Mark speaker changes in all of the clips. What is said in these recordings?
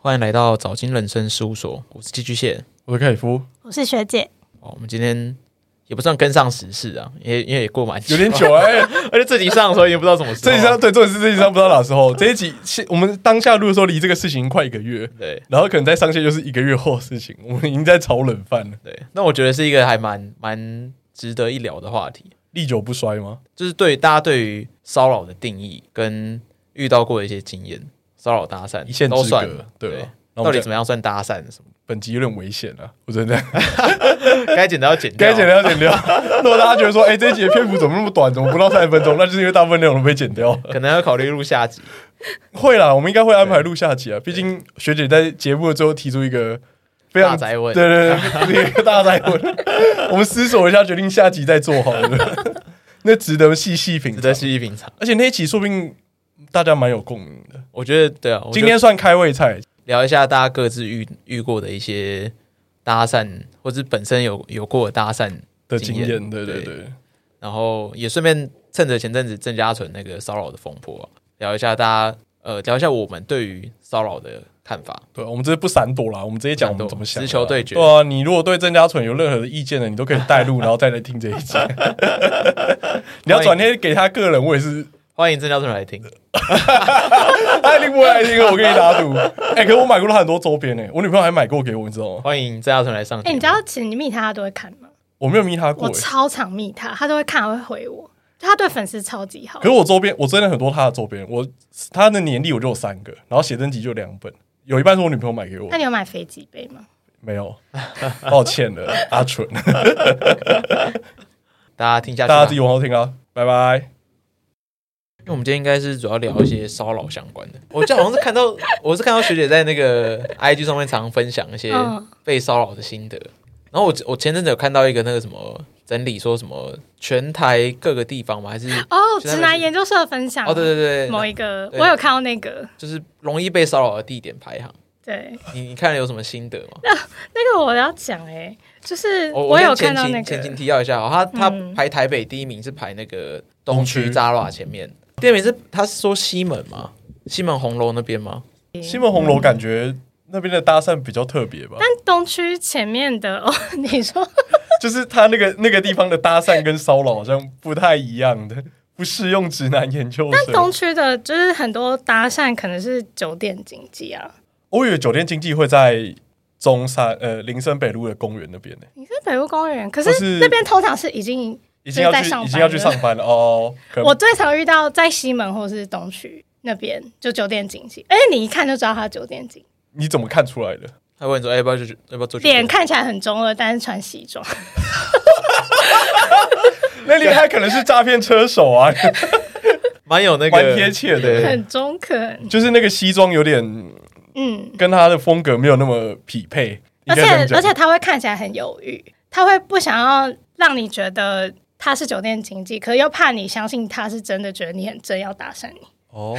Speaker 1: 欢迎来到早金人生事务所，我是寄居蟹。
Speaker 2: 我是凯里夫，
Speaker 3: 我是学姐，
Speaker 1: 哦，我们今天也不算跟上时事啊，因为因为也过蛮
Speaker 2: 有点久哎、欸，
Speaker 1: 而且这集上的时候也不知道什么时候。啊
Speaker 2: 这一张对，重点是这一张不知道哪时候，这一集是我们当下录的时候离这个事情快一个月，
Speaker 1: 对
Speaker 2: 然后可能在上线就是一个月后的事情，我们已经在炒冷饭了，
Speaker 1: 对，那我觉得是一个还蛮蛮值得一聊的话题，
Speaker 2: 历久不衰吗？
Speaker 1: 就是对大家对于骚扰的定义跟遇到过的一些经验，骚扰搭讪
Speaker 2: 一线
Speaker 1: 都
Speaker 2: 之
Speaker 1: 算
Speaker 2: 隔，对
Speaker 1: 对
Speaker 2: 吧？，那我
Speaker 1: 到
Speaker 2: 们
Speaker 1: 底
Speaker 2: 讲
Speaker 1: 怎么样算搭讪？ 什么
Speaker 2: 本集有点危险啊，我真的
Speaker 1: 该剪的要剪掉，
Speaker 2: 该剪掉剪掉。 如果大家觉得说，哎、这一集的篇幅怎么那么短，怎么不到三十分钟？那就是因为大部分内容都被剪掉了。
Speaker 1: 可能要考虑录下集。
Speaker 2: 会啦，我们应该会安排录下集啊，毕竟学姐在节目的最后提出一个非常
Speaker 1: 大宅问
Speaker 2: 对对对，一个大宅 问，我们思索一下，决定下集再做好了。那值得细细品
Speaker 1: 值
Speaker 2: 尝
Speaker 1: 得，细细品尝。
Speaker 2: 而且那一集说不定大家蛮有共鸣的。
Speaker 1: 我觉得对啊，我觉
Speaker 2: 今
Speaker 1: 得
Speaker 2: 天算开胃菜，
Speaker 1: 聊一下大家各自遇遇过的一些搭讪，或者本身有有过的搭讪
Speaker 2: 的经
Speaker 1: 经
Speaker 2: 验，
Speaker 1: 验
Speaker 2: 对对
Speaker 1: 对
Speaker 2: 对，
Speaker 1: 然后也顺便趁着前阵子郑嘉纯那个骚扰的风波、啊，聊一下大家呃聊一下我们对于骚扰的看法。
Speaker 2: 对，我们这不闪躲啦，我们直接讲我
Speaker 1: 不闪躲
Speaker 2: 们怎么想的啦。
Speaker 1: 直球对决
Speaker 2: 对啊，你如果对郑家纯有任何的意见呢，你都可以带入，然后再来听这一集。你要转贴给他个人，我也是，
Speaker 1: 欢迎郑嘉纯来听，
Speaker 2: 他一定不会来听的，我跟你打赌。哎、可是我买过他很多周边呢、欸我女朋友还买过给我，你知道吗？
Speaker 1: 欢迎郑嘉纯来上节
Speaker 3: 哎、
Speaker 1: 目。
Speaker 3: 你知道其实你密他他都会看吗？
Speaker 2: 我没有迷他过、
Speaker 3: 我
Speaker 2: 欸，
Speaker 3: 超常密他，他都会看，还会回我，就他对粉丝超级好
Speaker 2: 可是。我周边我真的很多他的周边，我他的年历我就有三个，然后写真集就两本，有一半是我女朋友买给我的
Speaker 3: 那，你有买飞机杯吗？
Speaker 2: 没有，抱歉 了，阿纯，
Speaker 1: 大家听下
Speaker 2: 大
Speaker 1: 去吧，
Speaker 2: 家自己往后听啊，拜拜。
Speaker 1: 因为我们今天应该是主要聊一些骚扰相关的。我记得好像是看到，我是看到学姐在那个 IG 上面常分享一些
Speaker 3: 嗯
Speaker 1: 被骚扰的心得。然后我我前阵子有看到一个那个什么整理，说什么全台各个地方嘛，还是
Speaker 3: 哦，
Speaker 1: 现在
Speaker 3: 直男研究社分享
Speaker 1: 哦对对
Speaker 3: 某
Speaker 1: 对，
Speaker 3: 一个，
Speaker 1: 对
Speaker 3: 我有看到那个，
Speaker 1: 就是容易被骚扰的地点排行。
Speaker 3: 对，
Speaker 1: 你你看了有什么心得吗？
Speaker 3: 那个我要讲哎、就是
Speaker 1: 我
Speaker 3: 有
Speaker 1: 先前
Speaker 3: 看到
Speaker 1: 情
Speaker 3: 那
Speaker 1: 前情
Speaker 3: 个，
Speaker 1: 提要一下、哦，他他
Speaker 3: 嗯
Speaker 1: 排台北第一名是排那个
Speaker 2: 东
Speaker 1: 东
Speaker 2: 区
Speaker 1: 区扎瓦前面，第二名是他是说西门吗？西门红楼那边吗？
Speaker 2: 西门红楼感觉那边的搭讪比较特别吧，
Speaker 3: 但东区前面的 哦，你说
Speaker 2: 就是他那个那个地方的搭讪跟骚扰好像不太一样的，不适用直男研究
Speaker 3: 东
Speaker 2: 生。
Speaker 3: 区的就是很多搭讪可能是酒店经济啊，
Speaker 2: 我以为酒店经济会在中山呃林森北路的公园那边呢、
Speaker 3: 你是北部公园，可
Speaker 2: 不
Speaker 3: 是
Speaker 2: 是
Speaker 3: 那边通常是已经
Speaker 2: 已经要
Speaker 3: 就是在
Speaker 2: 去
Speaker 3: 上班
Speaker 2: 已经要去
Speaker 3: 了
Speaker 2: 上班了哦， 可能
Speaker 3: 我最常遇到在西门或是东区那边，就酒店经济，而且你一看就知道他酒店经济，
Speaker 2: 你怎么看出来的？
Speaker 1: 他问你说，哎、要不要去要不要做酒店
Speaker 3: 脸看起来很中二，但是穿西装，
Speaker 2: 那里他可能是诈骗车手啊，
Speaker 1: 蛮有那个
Speaker 2: 蛮贴切的
Speaker 1: 对
Speaker 3: 很中肯，
Speaker 2: 就是那个西装有点
Speaker 3: 嗯，
Speaker 2: 跟他的风格没有那么匹配。
Speaker 3: 而且
Speaker 2: 应该这
Speaker 3: 而
Speaker 2: 样讲
Speaker 3: 且他会看起来很犹豫，他会不想要让你觉得他是酒店经济，可是又怕你相信他是真的觉得你很真要搭讪你，
Speaker 2: 哦，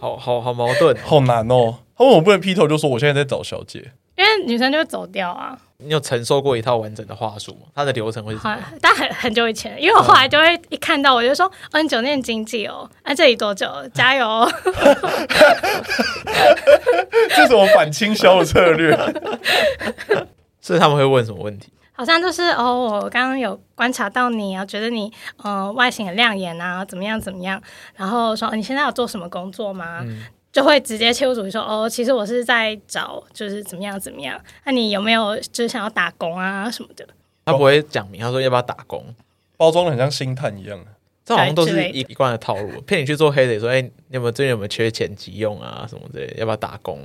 Speaker 1: 好好好矛盾哦。
Speaker 2: 好难哦。他问我不能劈头，就说我现在在找小 姐。
Speaker 3: 因为女生就会走掉啊，
Speaker 1: 你有承受过一套完整的话术吗？它的流程
Speaker 2: 嗯
Speaker 1: 会是什
Speaker 3: 好
Speaker 1: 么？，
Speaker 3: 啊但很很久以前，因为我后来就会一看到我就说，嗯，酒店经济哦，啊，这里多久？加油哦！
Speaker 2: 这是我反倾销的策略。
Speaker 1: 是他们会问什么问题？
Speaker 3: 好像就是哦，我刚刚有观察到你啊，觉得你呃外形很亮眼啊，怎么样怎么样，然后说、哦你现在有做什么工作吗？
Speaker 2: 嗯
Speaker 3: 就会直接切入主题说哦，其实我是在找就是怎么样怎么样，那、你有没有就是想要打工啊什么的？
Speaker 1: 他不会讲明，他说要不要打工？
Speaker 2: 包装的很像星探一样，
Speaker 1: 这好像都
Speaker 3: 之
Speaker 1: 是
Speaker 3: 类
Speaker 1: 一一贯的套路，骗你去做黑的，说哎、你有没有最近有没有缺钱急用啊什么之类的，要不要打工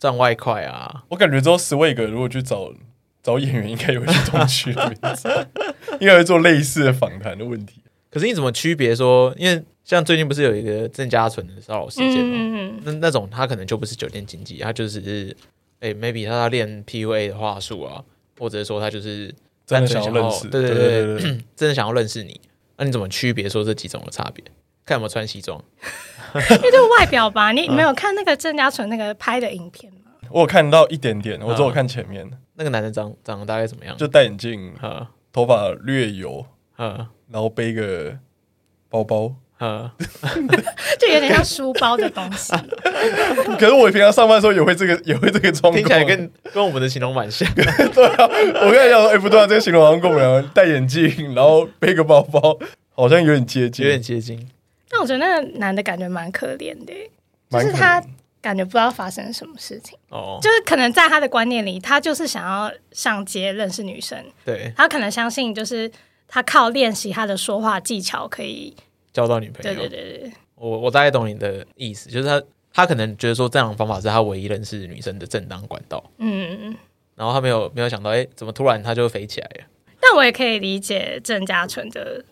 Speaker 1: 赚外快啊？
Speaker 2: 我感觉之后 Swag 如果去找找演员，应该也会去东区那边 找，应该会做类似的访谈的问题。
Speaker 1: 可是你怎么区别说？因为像最近不是有一个郑家纯的骚扰事件吗？
Speaker 3: 嗯嗯嗯，
Speaker 1: 那那种他可能就不是酒店经济，他就只是哎、m a y b e 他要练 PUA 的话术啊，或者说他就是
Speaker 2: 真
Speaker 1: 单
Speaker 2: 的
Speaker 1: 纯
Speaker 2: 想要认识，
Speaker 1: 对对
Speaker 2: 对
Speaker 1: 对
Speaker 2: 对对，
Speaker 1: 真的想要认识你，那你怎么区别说这几种的差别？看有没有穿西装，
Speaker 3: 因为就哎外表吧，你没有看那个郑嘉纯那个拍的影片吗？
Speaker 2: 我有看到一点点，我只有看前面，
Speaker 1: 那个男的长长得大概怎么样？
Speaker 2: 就戴眼镜，
Speaker 1: 呵
Speaker 2: 头发略油，
Speaker 1: 呵
Speaker 2: 然后背一个包包，
Speaker 1: 呃，
Speaker 3: 就有点像书包的东 西。
Speaker 2: 可是我平常上班的时候也会这个，也会这个状况。
Speaker 1: 听起来跟跟我们的形容蛮像。
Speaker 2: 对啊，我跟你讲说，哎、不对啊，这个形容好像跟我们两个戴眼镜，然后背个包包，好像有点接近，
Speaker 1: 有点接近。
Speaker 3: 但我觉得那个男的感觉蛮可怜的，欸就
Speaker 2: 蛮可
Speaker 3: 是
Speaker 2: 怜
Speaker 3: 他感觉不知道发生什么事情，
Speaker 1: 哦，
Speaker 3: 就是可能在他的观念里，他就是想要上街认识女生，
Speaker 1: 对，
Speaker 3: 他可能相信就是他靠练习他的说话技巧可以，
Speaker 1: 交到女朋
Speaker 3: 对
Speaker 1: 友。
Speaker 3: 对对对，
Speaker 1: 我我大概懂你的意思，就是他他可能觉得说这样的方法是他唯一认识女生的正当管道，
Speaker 3: 嗯。
Speaker 1: 然后他没有没有想到，哎、怎么突然他就飞起来了？
Speaker 3: 但我也可以理解郑家纯的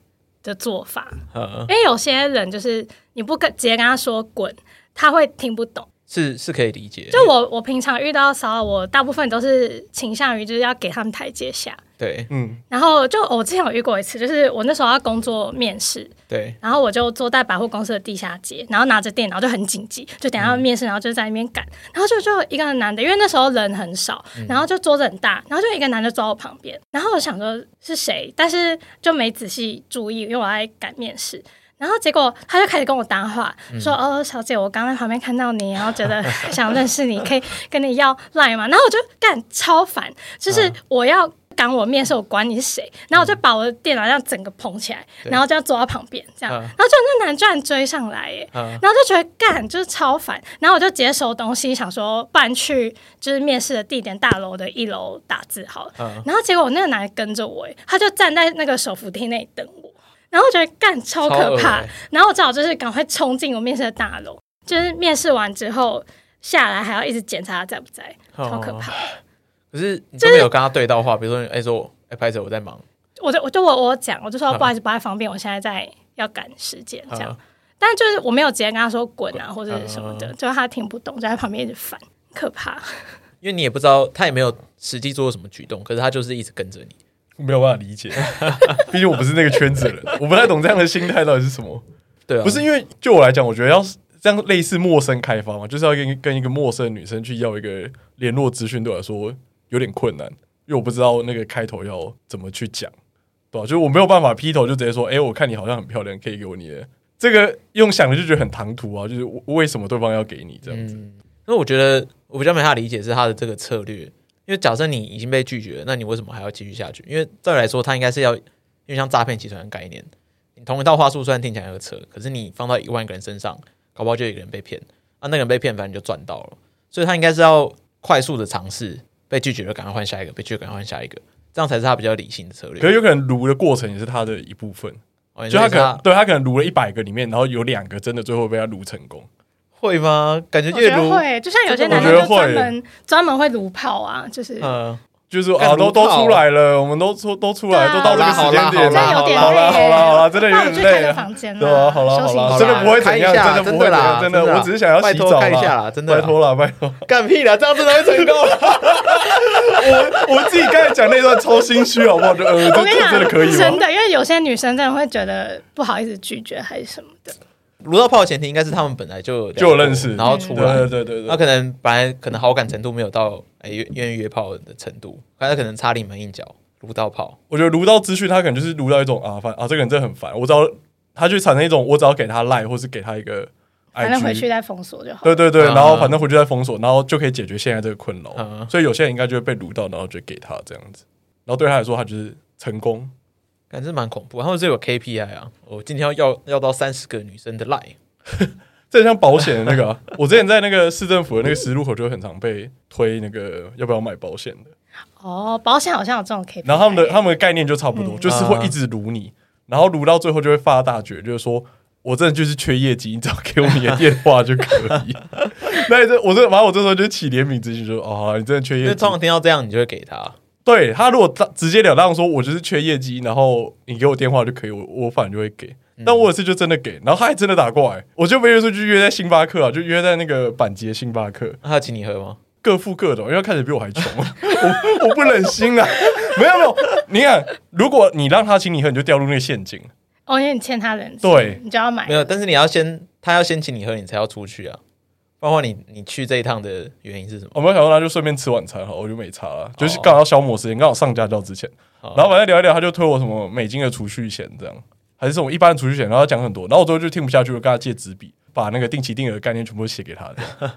Speaker 3: 的做法，
Speaker 1: 呃，
Speaker 3: 因为有些人就是你不跟直接跟他说滚，他会听不懂。
Speaker 1: 是是可以理解。
Speaker 3: 就我我平常遇到骚扰，我大部分都是倾向于就是要给他们台阶下。
Speaker 1: 对
Speaker 2: 嗯，
Speaker 3: 然后就哦我之前有遇过一次，就是我那时候要工作面试，
Speaker 1: 对，
Speaker 3: 然后我就坐在百货公司的地下街，然后拿着电脑就很紧急，就等一下要面试，然后就在那边赶，然后就就一个男的，因为那时候人很少，然后就桌子很大，然后就一个男的坐我旁边，然后我想说是谁，但是就没仔细注意，因为我在赶面试。然后结果他就开始跟我搭话，
Speaker 1: 嗯
Speaker 3: 说：“哦，小姐，我刚在旁边看到你，然后觉得 想认识你，可以跟你要 line 嘛。”然后我就干超烦，就是
Speaker 1: 嗯
Speaker 3: 我要赶我面试，我管你是谁，然后我就把我的电脑这样整个捧起来，
Speaker 1: 嗯对
Speaker 3: 然后就要坐到旁边这样，
Speaker 1: 嗯
Speaker 3: 然后就那男居然追上来欸耶，
Speaker 1: 嗯
Speaker 3: 然后就觉得干就是超烦，然后我就直接收东西，想说不然去就是面试的地点大楼的一楼打字好了，
Speaker 1: 嗯，
Speaker 3: 然后结果我那个男的跟着我耶，他就站在那个手扶梯那里等我，然后我觉得干超可
Speaker 1: 超恶
Speaker 3: 怕
Speaker 1: 欸，
Speaker 3: 然后我只好就是赶快冲进我面试的大楼，就是面试完之后下来还要一直检查他在不在，
Speaker 1: 哦
Speaker 3: 超可怕。
Speaker 1: 可是你都没有跟他对到话，比如说你，哎、说我，哎、拍着我在忙，
Speaker 3: 我就我就我我讲，我就说
Speaker 1: 嗯
Speaker 3: 不好意思，不太方便，我现在在要赶时间这样。
Speaker 1: 嗯
Speaker 3: 但就是我没有直接跟他说滚啊或者是什么的，
Speaker 1: 嗯
Speaker 3: 就是他听不懂，就在旁边一直烦，很可怕。
Speaker 1: 因为你也不知道他也没有实际做什么举动，可是他就是一直跟着你。
Speaker 2: 没有办法理解， 毕竟我不是那个圈子的人，我不太懂这样的心态到底是什么。
Speaker 1: 对啊，
Speaker 2: 不是因为就我来讲，我觉得要是这样类似陌生开发嘛，就是要跟跟一个陌生的女生去要一个联络资讯，对我来说有点困难，因为我不知道那个开头要怎么去讲，对吧、就是我没有办法劈头就直接说，哎、我看你好像很漂亮，可以给我你的这个用想的就觉得很唐突啊，就是我为什么对方要给你这样子？
Speaker 1: 嗯，那我觉得我比较没法理解是他的这个策略，因为假设你已经被拒绝了，那你为什么还要继续下去？因为照理来说，他应该是要，因为像诈骗集团的概念，你同一套话术虽然听起来很扯，可是你放到一万个人身上，搞不好就有一个人被骗，啊，那个人被骗，反正你就赚到了，所以他应该是要快速的尝试，被拒绝了赶快换下一个，被拒绝赶快换下一个，这样才是他比较理性的策略。
Speaker 2: 可是有可能撸的过程也是他的一部分，
Speaker 1: 哦你
Speaker 2: 就
Speaker 1: 说
Speaker 2: 他
Speaker 1: 也
Speaker 2: 可
Speaker 1: 是
Speaker 2: 能对他可能撸了一百个里面，然后有两个真的最后被他撸成功，
Speaker 1: 会吗？感觉
Speaker 3: 我
Speaker 1: 越
Speaker 3: 觉得
Speaker 1: 如
Speaker 3: 会，就像有些
Speaker 2: 真的
Speaker 3: 男
Speaker 2: 吗
Speaker 3: 生就
Speaker 2: 我觉得
Speaker 3: 专
Speaker 2: 会
Speaker 3: 门专门会撸炮啊，就是。
Speaker 1: 嗯，
Speaker 2: 就是说
Speaker 1: 干
Speaker 2: 啊，都
Speaker 1: 撸炮
Speaker 2: 都出来了，我们都出都出来，
Speaker 3: 对啊
Speaker 2: 都到这个时间点
Speaker 3: 这样
Speaker 2: 了，
Speaker 3: 有点
Speaker 2: 好啦
Speaker 3: 累
Speaker 2: 好
Speaker 3: 耶
Speaker 2: 啦好啦，真的有
Speaker 3: 那我们
Speaker 2: 点
Speaker 3: 去
Speaker 2: 累
Speaker 3: 开
Speaker 2: 了
Speaker 3: 个。房间啦
Speaker 2: 对啊，好了好
Speaker 3: 休息
Speaker 2: 了，
Speaker 3: 一
Speaker 2: 真
Speaker 3: 下
Speaker 2: 的不会
Speaker 1: 开
Speaker 2: 怎样，
Speaker 1: 一下
Speaker 2: 真的不会怎
Speaker 1: 真的啦
Speaker 2: 样，真的，
Speaker 1: 真的
Speaker 2: 我
Speaker 1: 啦
Speaker 2: 只是想要洗澡
Speaker 1: 拜托
Speaker 2: 啦
Speaker 1: 开一下啦真的啦
Speaker 2: 拜托啦，拜托。
Speaker 1: 干屁了，这样真的会成功。
Speaker 2: 我自己刚才讲那段超心虚，好不好？就呃，
Speaker 3: 我
Speaker 2: 这
Speaker 3: 跟你
Speaker 2: 这
Speaker 3: 讲，
Speaker 2: 真的可以
Speaker 3: 真
Speaker 2: 吗？
Speaker 3: 的，因为有些女生真的会觉得不好意思拒绝还是什么的。
Speaker 1: 卢道炮的前提应该是他们本来就聊
Speaker 2: 就有
Speaker 1: 过
Speaker 2: 认识
Speaker 1: 然后出
Speaker 2: 对
Speaker 1: 来啊
Speaker 2: 对，对对啊
Speaker 1: 那
Speaker 2: 对，
Speaker 1: 可能本来可能好感程度没有到哎愿愿意约炮的程度，但他可能差临门一脚，卢道炮。
Speaker 2: 我觉得撸到资讯，他可能就是撸到一种啊，反啊，这个人真的很烦，我只要他就产生一种，我只要给他赖，或是给他一个
Speaker 3: 反正回去
Speaker 2: IG。
Speaker 3: 再封锁就好。
Speaker 2: 对对对，
Speaker 1: 啊
Speaker 2: 然后反正回去再封锁，然后就可以解决现在这个困扰
Speaker 1: 啊。
Speaker 2: 所以有些人应该就会被撸到，然后就给他这样子，然后对他来说，他就是成功。
Speaker 1: 感觉蛮恐怖，他们是有 KPI 啊！我今天要要要到三十个女生的 line，
Speaker 2: 这很像保险的那个啊、我之前在那个市政府的那个十字路口就很常被推那个要不要买保险的，
Speaker 3: 哦，保险好像有这种 K，
Speaker 2: 然后他们的他们的概念就差不多，就是会一直撸你，然后撸到最后就会发大绝，就是说我真的就是缺业绩，你只要给我你的电话就可以。那你这我这反正我这时候就起怜悯之心，就说哦，好啦你真的缺
Speaker 1: 因
Speaker 2: 业
Speaker 1: 为
Speaker 2: 绩
Speaker 1: 通。常听到这样，你就会给他。
Speaker 2: 对他如果直直截了当地说我就是缺业绩，然后你给我电话就可以，我我反正就会给。但我有一次就真的给，然后他还真的打过来，我就没有说就约在星巴克啊，就约在那个板街星巴克。
Speaker 1: 那他请你喝吗？
Speaker 2: 各付各的，因为他看起来比我还穷， 我我不忍心啊！没有没有，你看，如果你让他请你喝，你就掉入那个陷阱。
Speaker 3: 哦，因为你欠他人情，
Speaker 2: 对
Speaker 3: 你就要买
Speaker 1: 没。有，但是你要先，他要先请你喝，你才要出去啊。包括你你去这一趟的原因是什么？
Speaker 2: 我没有想到他就顺便吃晚餐，好，我就没差了，就是刚好消磨时间，刚好上家教之前，
Speaker 1: 哦
Speaker 2: 然后反正聊一聊，他就推我什么美金的储蓄险这样，他还是这种一般的储蓄险，然后他讲很多，然后我最后就听不下去了，跟他借纸笔，把那个定期定额的概念全部写给他的。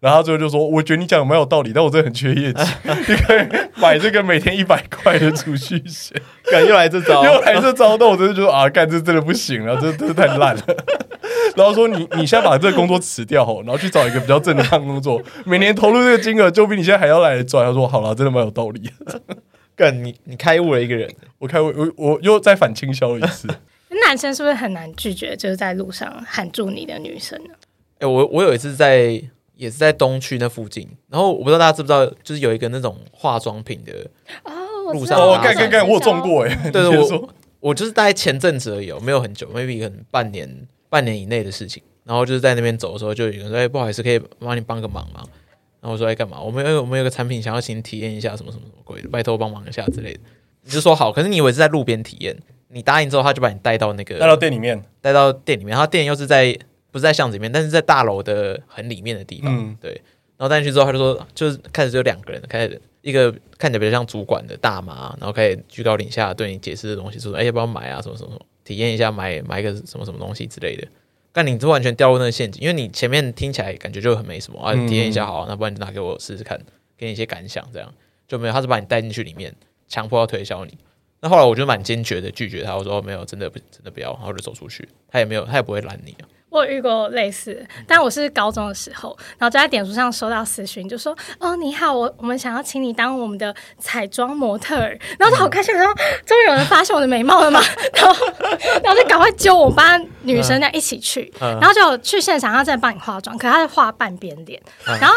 Speaker 2: 然后他最后就说：“我觉得你讲的蛮有道理，但我真的很缺业绩， 你可以买这个每天一百块的储蓄险。”
Speaker 1: 敢 又来这招
Speaker 2: 又来这招，那我真的觉得啊，干这真的不行了，这这太烂了。 然后说你你现在把这个工作辞掉吼，然后去找一个比较正当的工作，每年投入这个金额就比你现在还要来得赚。他说好了，真的蛮有道理。
Speaker 1: 干你你开悟了一个人，
Speaker 2: 我看我我我又再反倾销一次，
Speaker 3: 男生是不是很难拒绝？就是在路上喊住你的女生呢？
Speaker 1: 哎、我我有一次在也是在东区那附近，然后我不知道大家知不知道，就是有一个那种化妆品 的，
Speaker 3: 哦，我
Speaker 1: 路
Speaker 3: 知
Speaker 1: 上啊
Speaker 3: 道
Speaker 2: 哦
Speaker 3: 我，
Speaker 2: 干干干，我有中过哎、
Speaker 1: 对
Speaker 2: 你先
Speaker 1: 我
Speaker 2: 说
Speaker 1: 我就是大概前阵子而已哦，没有很久，maybe 可能半年半年以内的事情。然后就是在那边走的时候，就有人说：“哎、不好意思，可以帮你帮个忙吗？”然后我说：“哎、干嘛？我们有我们有个产品想要请你体验一下，什么什么什么鬼的，拜托帮忙一下之类的。”你就说好，可是你以为是在路边体验，你答应之后，他就把你带到那个
Speaker 2: 带到店里面，
Speaker 1: 带到店里面，他店又是在不是在巷子里面，但是在大楼的很里面的地方，
Speaker 2: 嗯
Speaker 1: 对。然后带进去之后，他就说，就是开始只有两个人，开始一个看起来比较像主管的大妈，然后开始居高临下地对你解释的东西，就说哎要不要买啊，什么什么什么，体验一下买买个什么什么东西之类的。但你就完全掉入那个陷阱，因为你前面听起来感觉就很没什么啊，
Speaker 2: 嗯
Speaker 1: 体验一下好啊、那不然你就拿给我试试看，给你一些感想，这样就没有，他是把你带进去里面，强迫要推销你。那后来我就蛮坚决的拒绝他，我说、哦、没有，真的不真的不要，然后我就走出去，他也没有，他也不会拦你啊。
Speaker 3: 我有遇过类似，但我是高中的时候，然后就在点书上收到私讯，就说：“哦，你好，我我们想要请你当我们的彩妆模特儿。”然后就好开心，然后终于有人发现我的美貌了嘛， 然后然后就赶快揪我们班女生这样一起去，
Speaker 1: 嗯
Speaker 3: 然后就去现场，他真的帮你化妆，可是他是画半边脸，
Speaker 2: 嗯
Speaker 3: 然后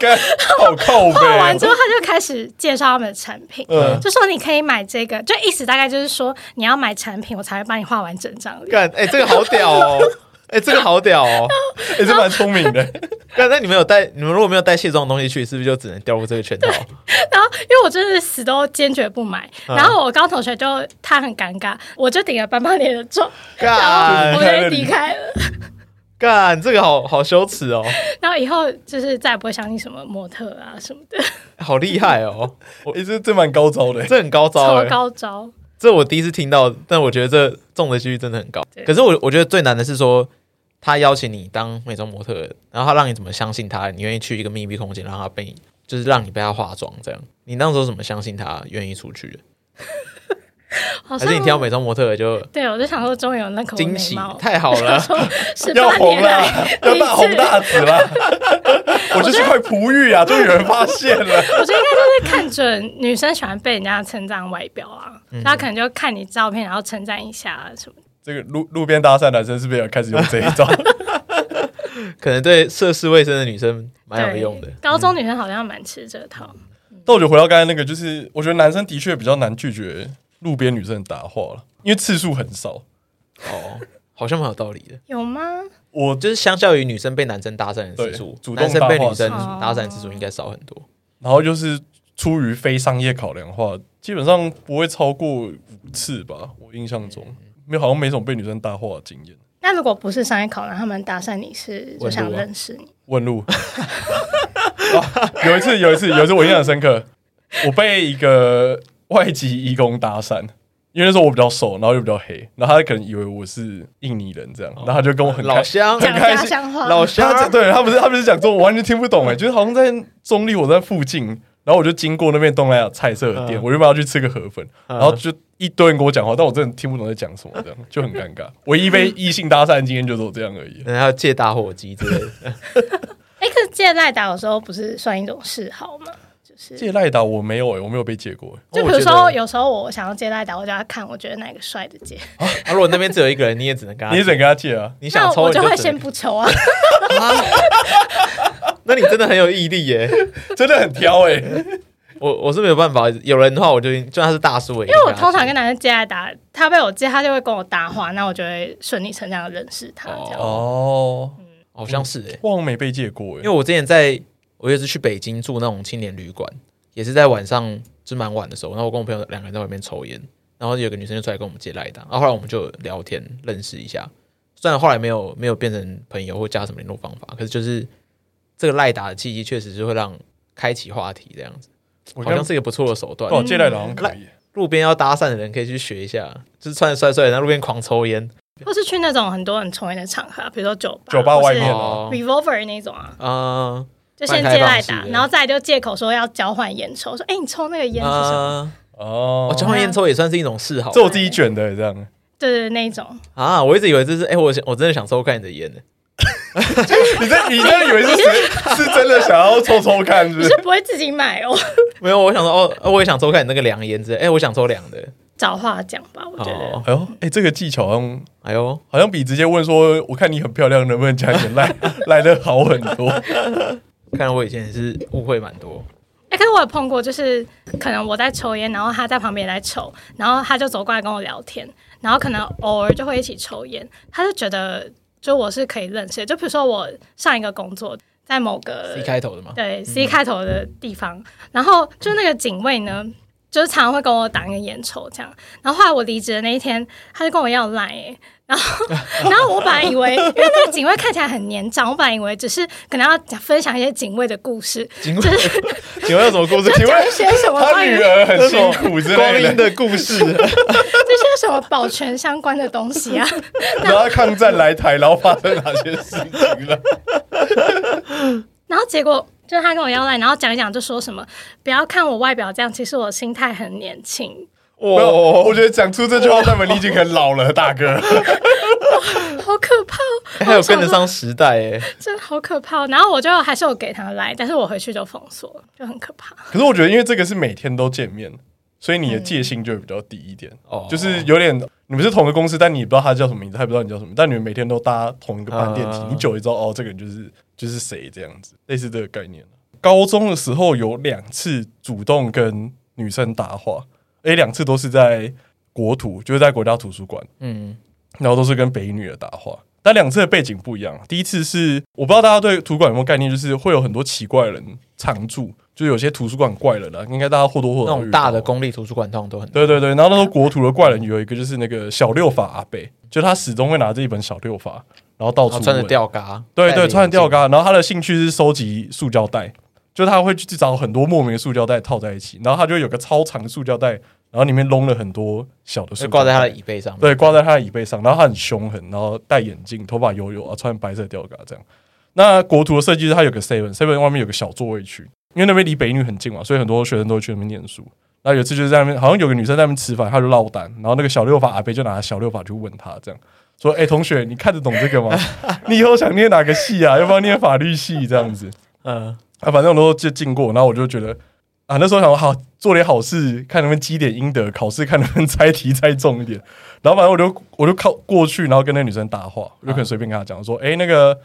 Speaker 2: 干好靠 背、
Speaker 3: 画完之
Speaker 2: 哦。
Speaker 3: 后他就开始介绍他们的产品，
Speaker 2: 嗯
Speaker 3: 就说你可以买这个，就意思大概就是说你要买产品，我才会帮你画完整张 脸。
Speaker 1: 干，哎、这个好屌哦，哎、这个好屌哦。
Speaker 2: 哎、这蛮聪明的，
Speaker 1: 干，那你们有带，你们如果没有带卸妆的东西去，是不是就只能掉入这个 圈套？
Speaker 3: 然后因为我真的死都坚决不买，
Speaker 1: 嗯
Speaker 3: 然后我高同学就他很尴尬，我就顶着斑斑脸的妆，然后
Speaker 1: 干
Speaker 3: 我就离开了。
Speaker 1: 干，这个好好羞耻哦，
Speaker 3: 然后以后就是再也不会相信什么模特啊 什么的，
Speaker 1: 好厉害哦，
Speaker 2: 哎、这这蛮高招的、
Speaker 1: 这很高招、
Speaker 3: 超
Speaker 1: 哎。
Speaker 3: 高招。
Speaker 1: 这我第一次听到，但我觉得这中的几率真的很高
Speaker 3: 对。
Speaker 1: 可是我我觉得最难的是说，他邀请你当美妆模特儿，然后他让你怎么相信他？你愿意去一个密闭空间，让他被你就是让你被他化妆这样？你那时候怎么相信他愿意出去的？还
Speaker 3: 好像
Speaker 1: 是你挑美妆模特儿就
Speaker 3: 对，我就想说终于有那口
Speaker 1: 惊
Speaker 3: 美
Speaker 1: 喜
Speaker 3: 貌？，
Speaker 1: 太好 了！
Speaker 3: 十
Speaker 2: 要
Speaker 3: 八
Speaker 2: 红
Speaker 3: 年
Speaker 2: 了
Speaker 3: 来，
Speaker 2: 要
Speaker 3: 第一
Speaker 2: 大红
Speaker 3: 次
Speaker 2: 大紫了。我就是块璞玉啊，终于有人发现了。
Speaker 3: 我觉得应该就是看准女生喜欢被人家称赞外表啊，
Speaker 1: 嗯
Speaker 3: 她、可能就看你照片，然后称赞一下啊什么的。
Speaker 2: 这个路路边搭讪男生是不是也开始用这一招？
Speaker 1: 可能对涉世未深的女生蛮有
Speaker 3: 对
Speaker 1: 用的。嗯
Speaker 3: 高中女生好像蛮吃这套。
Speaker 2: 但我觉得回到刚才那个，就是我觉得男生的确比较难拒绝路边女生的搭话了，因为次数很少。
Speaker 1: 哦，好像蛮有道理的。
Speaker 3: 有吗？
Speaker 2: 我
Speaker 1: 就是相较于女生被男生搭讪的次
Speaker 2: 对
Speaker 1: 数，
Speaker 2: 主动
Speaker 1: 男生被女生
Speaker 3: 搭话
Speaker 1: 搭讪的次数应该少很多。
Speaker 2: 然后就是出于非商业考量的话，基本上不会超过五次吧，我印象中。没有，好像没什么被女生搭话的经验。
Speaker 3: 那如果不是商业考量，他们搭讪你是就
Speaker 1: 啊
Speaker 3: 想认识你，
Speaker 2: 问路、 啊有一次，有一次，有一次我印象很深刻，我被一个外籍义工搭讪，因为那时候我比较瘦，然后又比较黑，然后他可能以为我是印尼人这样，然后他就跟我很
Speaker 1: 老
Speaker 2: 开
Speaker 1: 乡，
Speaker 2: 很
Speaker 3: 讲
Speaker 2: 开
Speaker 3: 家
Speaker 2: 心。
Speaker 3: 乡话。
Speaker 1: 老
Speaker 2: 他
Speaker 1: 乡
Speaker 2: 讲，对他不是他不是讲中文，我完全听不懂哎，就是好像在中立火车站附近，然后我就经过那边东南亚菜色的店，
Speaker 1: 嗯
Speaker 2: 我原本要去吃个河粉，
Speaker 1: 嗯
Speaker 2: 然后就一堆人跟我讲话，但我真的听不懂在讲什么，这样就很尴尬。唯一被异性搭讪的经验就只有这样而已。
Speaker 1: 然后借打火机之类的。
Speaker 3: 哎、可是借赖打有时候不是算一种嗜好吗？就是
Speaker 2: 借赖打我没有哎，我没有被借过哎，
Speaker 3: 就
Speaker 1: 哦我
Speaker 3: 比如
Speaker 1: 觉
Speaker 3: 说，
Speaker 1: 得
Speaker 3: 有时候我想要借赖打，我就要看我觉得哪个帅的借，
Speaker 1: 啊，如果那边只有一个人，你也只能跟他，
Speaker 2: 你也只能跟他借啊。
Speaker 1: 你
Speaker 3: 那
Speaker 1: 想抽
Speaker 3: 我
Speaker 1: 你
Speaker 3: 就会
Speaker 1: 只
Speaker 3: 先
Speaker 1: 能
Speaker 3: 不 抽啊。
Speaker 1: 啊那你真的很有毅力耶！
Speaker 2: 真的很挑哎、
Speaker 1: 我我是没有办法，有人的话我就就算他是大叔，因
Speaker 3: 因为我通常跟男生借赖打，他被我借，他就会跟我搭话，那我就会顺理成章的认识他这样。
Speaker 2: 哦，
Speaker 1: 好像是哎，
Speaker 2: 我好像没被借过哎、
Speaker 1: 因为我之前在我也是去北京住那种青年旅馆，也是在晚上就蛮晚的时候，然后我跟我朋友两个人在外面抽烟，然后有个女生就出来跟我们借赖打，然后后来我们就聊天认识一下，虽然后来没有没有变成朋友或加什么联络方法，可是就是这个赖打的契机确实是会让开启话题这样子，
Speaker 2: 我哦
Speaker 1: 好像是一个不错的手段
Speaker 2: 哦，。借贷的好像可以、
Speaker 1: 路边要搭讪的人可以去学一下，就是穿的帅帅的，然后路边狂抽烟。
Speaker 3: 或是去那种很多人抽烟的场合，比如说酒吧、
Speaker 2: 酒吧外面
Speaker 1: 哦
Speaker 3: 或是 revolver 那种啊，
Speaker 1: 啊
Speaker 3: 就先借
Speaker 1: 半开
Speaker 3: 来
Speaker 1: 放式
Speaker 3: 打，
Speaker 1: 的
Speaker 3: 然后再来就借口说要交换烟抽，说哎、你抽那个烟是什么？
Speaker 1: 啊！
Speaker 2: 哦
Speaker 1: 我，交换烟抽也算是一种嗜好
Speaker 2: 这我自己卷的欸这样，
Speaker 3: 对对，对那种。
Speaker 1: 啊！我一直以为这是哎，我想我真的想偷看你的烟呢。
Speaker 2: 你这你这以为是 谁是真的想要抽抽看是不
Speaker 3: 你
Speaker 2: 是
Speaker 3: 是？不会自己买哦，
Speaker 1: 没有，我想说哦，我也想偷看你那个凉烟之类。哎，我想抽凉的。
Speaker 3: 找话讲吧，我觉得。
Speaker 1: 哦，
Speaker 2: 哎呦，哎，这个技巧好像
Speaker 1: 哎呦，
Speaker 2: 好像比直接问说我看你很漂亮，能不能加点 来来的好很多。
Speaker 1: 看来我以前也是误会蛮多。
Speaker 3: 哎、可是我有碰过，就是可能我在抽烟，然后他在旁边也在抽，然后他就走过来跟我聊天，然后可能偶尔就会一起抽烟，他就觉得就我是可以认识的，就比如说我上一个工作在某个
Speaker 1: C 开头的嘛，
Speaker 3: 对 C 开头的地方，然后就那个警卫呢，就是常常会跟我挡一个眼抽这样。然后后来我离职的那一天，他就跟我要来、欸，然后然后我本来以为，因为那个警卫看起来很年长，我本来以为只是可能要讲分享一些警卫的故事，
Speaker 1: 警卫，警卫有什么故事？
Speaker 2: 请问
Speaker 3: 一些什么
Speaker 2: 他
Speaker 3: 关于
Speaker 2: 女儿很辛苦之
Speaker 1: 光
Speaker 2: 类
Speaker 1: 阴的
Speaker 2: 的，
Speaker 1: 故事，
Speaker 3: 这些什么保全相关的东西啊，
Speaker 2: 然后抗战来台，然后发生哪些事情了？
Speaker 3: 然后结果就是他跟我要来，然后讲一讲就说什么，不要看我外表这样，其实我心态很年轻。
Speaker 2: 没有
Speaker 1: 哦，
Speaker 2: 我觉得讲出这句话，代表你已经很老了，大哥。
Speaker 3: 好可怕、哦！
Speaker 1: 还有跟得上时代哎。
Speaker 3: 真的好可怕哦。然后我就还是有给他来，但是我回去就封锁了，就很可怕。
Speaker 2: 可是我觉得，因为这个是每天都见面，所以你的戒心就会比较低一点。
Speaker 1: 哦
Speaker 2: 就是有点你们是同一个公司，但你不知道他叫什么名字，他也不知道你叫什么，但你们每天都搭同一个班电梯，
Speaker 1: 啊
Speaker 2: 你久了知道哦，这个人就是就是谁这样子，类似这个概念。高中的时候有两次主动跟女生搭话，诶，两次都是在国图，就是在国家图书馆，
Speaker 1: 嗯，
Speaker 2: 然后都是跟北一女的搭话。但两次的背景不一样。第一次是我不知道大家对图书馆有没有概念，就是会有很多奇怪的人常住，就是有些图书馆怪人啊，应该大家或多或
Speaker 1: 那
Speaker 2: 少
Speaker 1: 种大的
Speaker 2: 公。
Speaker 1: 公立图书馆通常都很
Speaker 2: 对对对，然后那时候国土的怪人有一个就是那个小六法阿贝，就他始终会拿着一本小六法，然后到
Speaker 1: 然
Speaker 2: 处
Speaker 1: 后哦穿着
Speaker 2: 问，
Speaker 1: 吊嘎，
Speaker 2: 对
Speaker 1: 戴着
Speaker 2: 对，
Speaker 1: 眼
Speaker 2: 穿着吊
Speaker 1: 镜，
Speaker 2: 嘎，然后他的兴趣是收集塑胶袋，就他会去找很多莫名的塑胶袋套在一起，然后他就有个超长的塑胶袋，然后里面弄了很多小的塑
Speaker 1: 就
Speaker 2: 胶
Speaker 1: 挂在他的
Speaker 2: 袋
Speaker 1: 椅背上面。
Speaker 2: 对，挂在他的椅背上，然后他很凶狠，然后戴眼镜，头发油油啊，穿白色吊嘎这样。那国图的设计是它有个 seven seven 外面有个小座位区，因为那边离北一女很近嘛，所以很多学生都会去那边念书。那有一次就是在那边，好像有个女生在那边吃饭，她就落单，然后那个小六法阿伯就拿小六法去问她，这样说：“哎、同学，你看得懂这个吗？ 你以后想念哪个系啊？要不要念法律系这样子？”
Speaker 1: 嗯，
Speaker 2: 啊，反正我都就进过，然后我就觉得啊，那时候想说好做点好事，看能不能积点阴德，考试看能不能猜题猜中一点。然后反正我就我就靠过去，然后跟那女生搭话，我就可能随便跟她讲说，哎、那个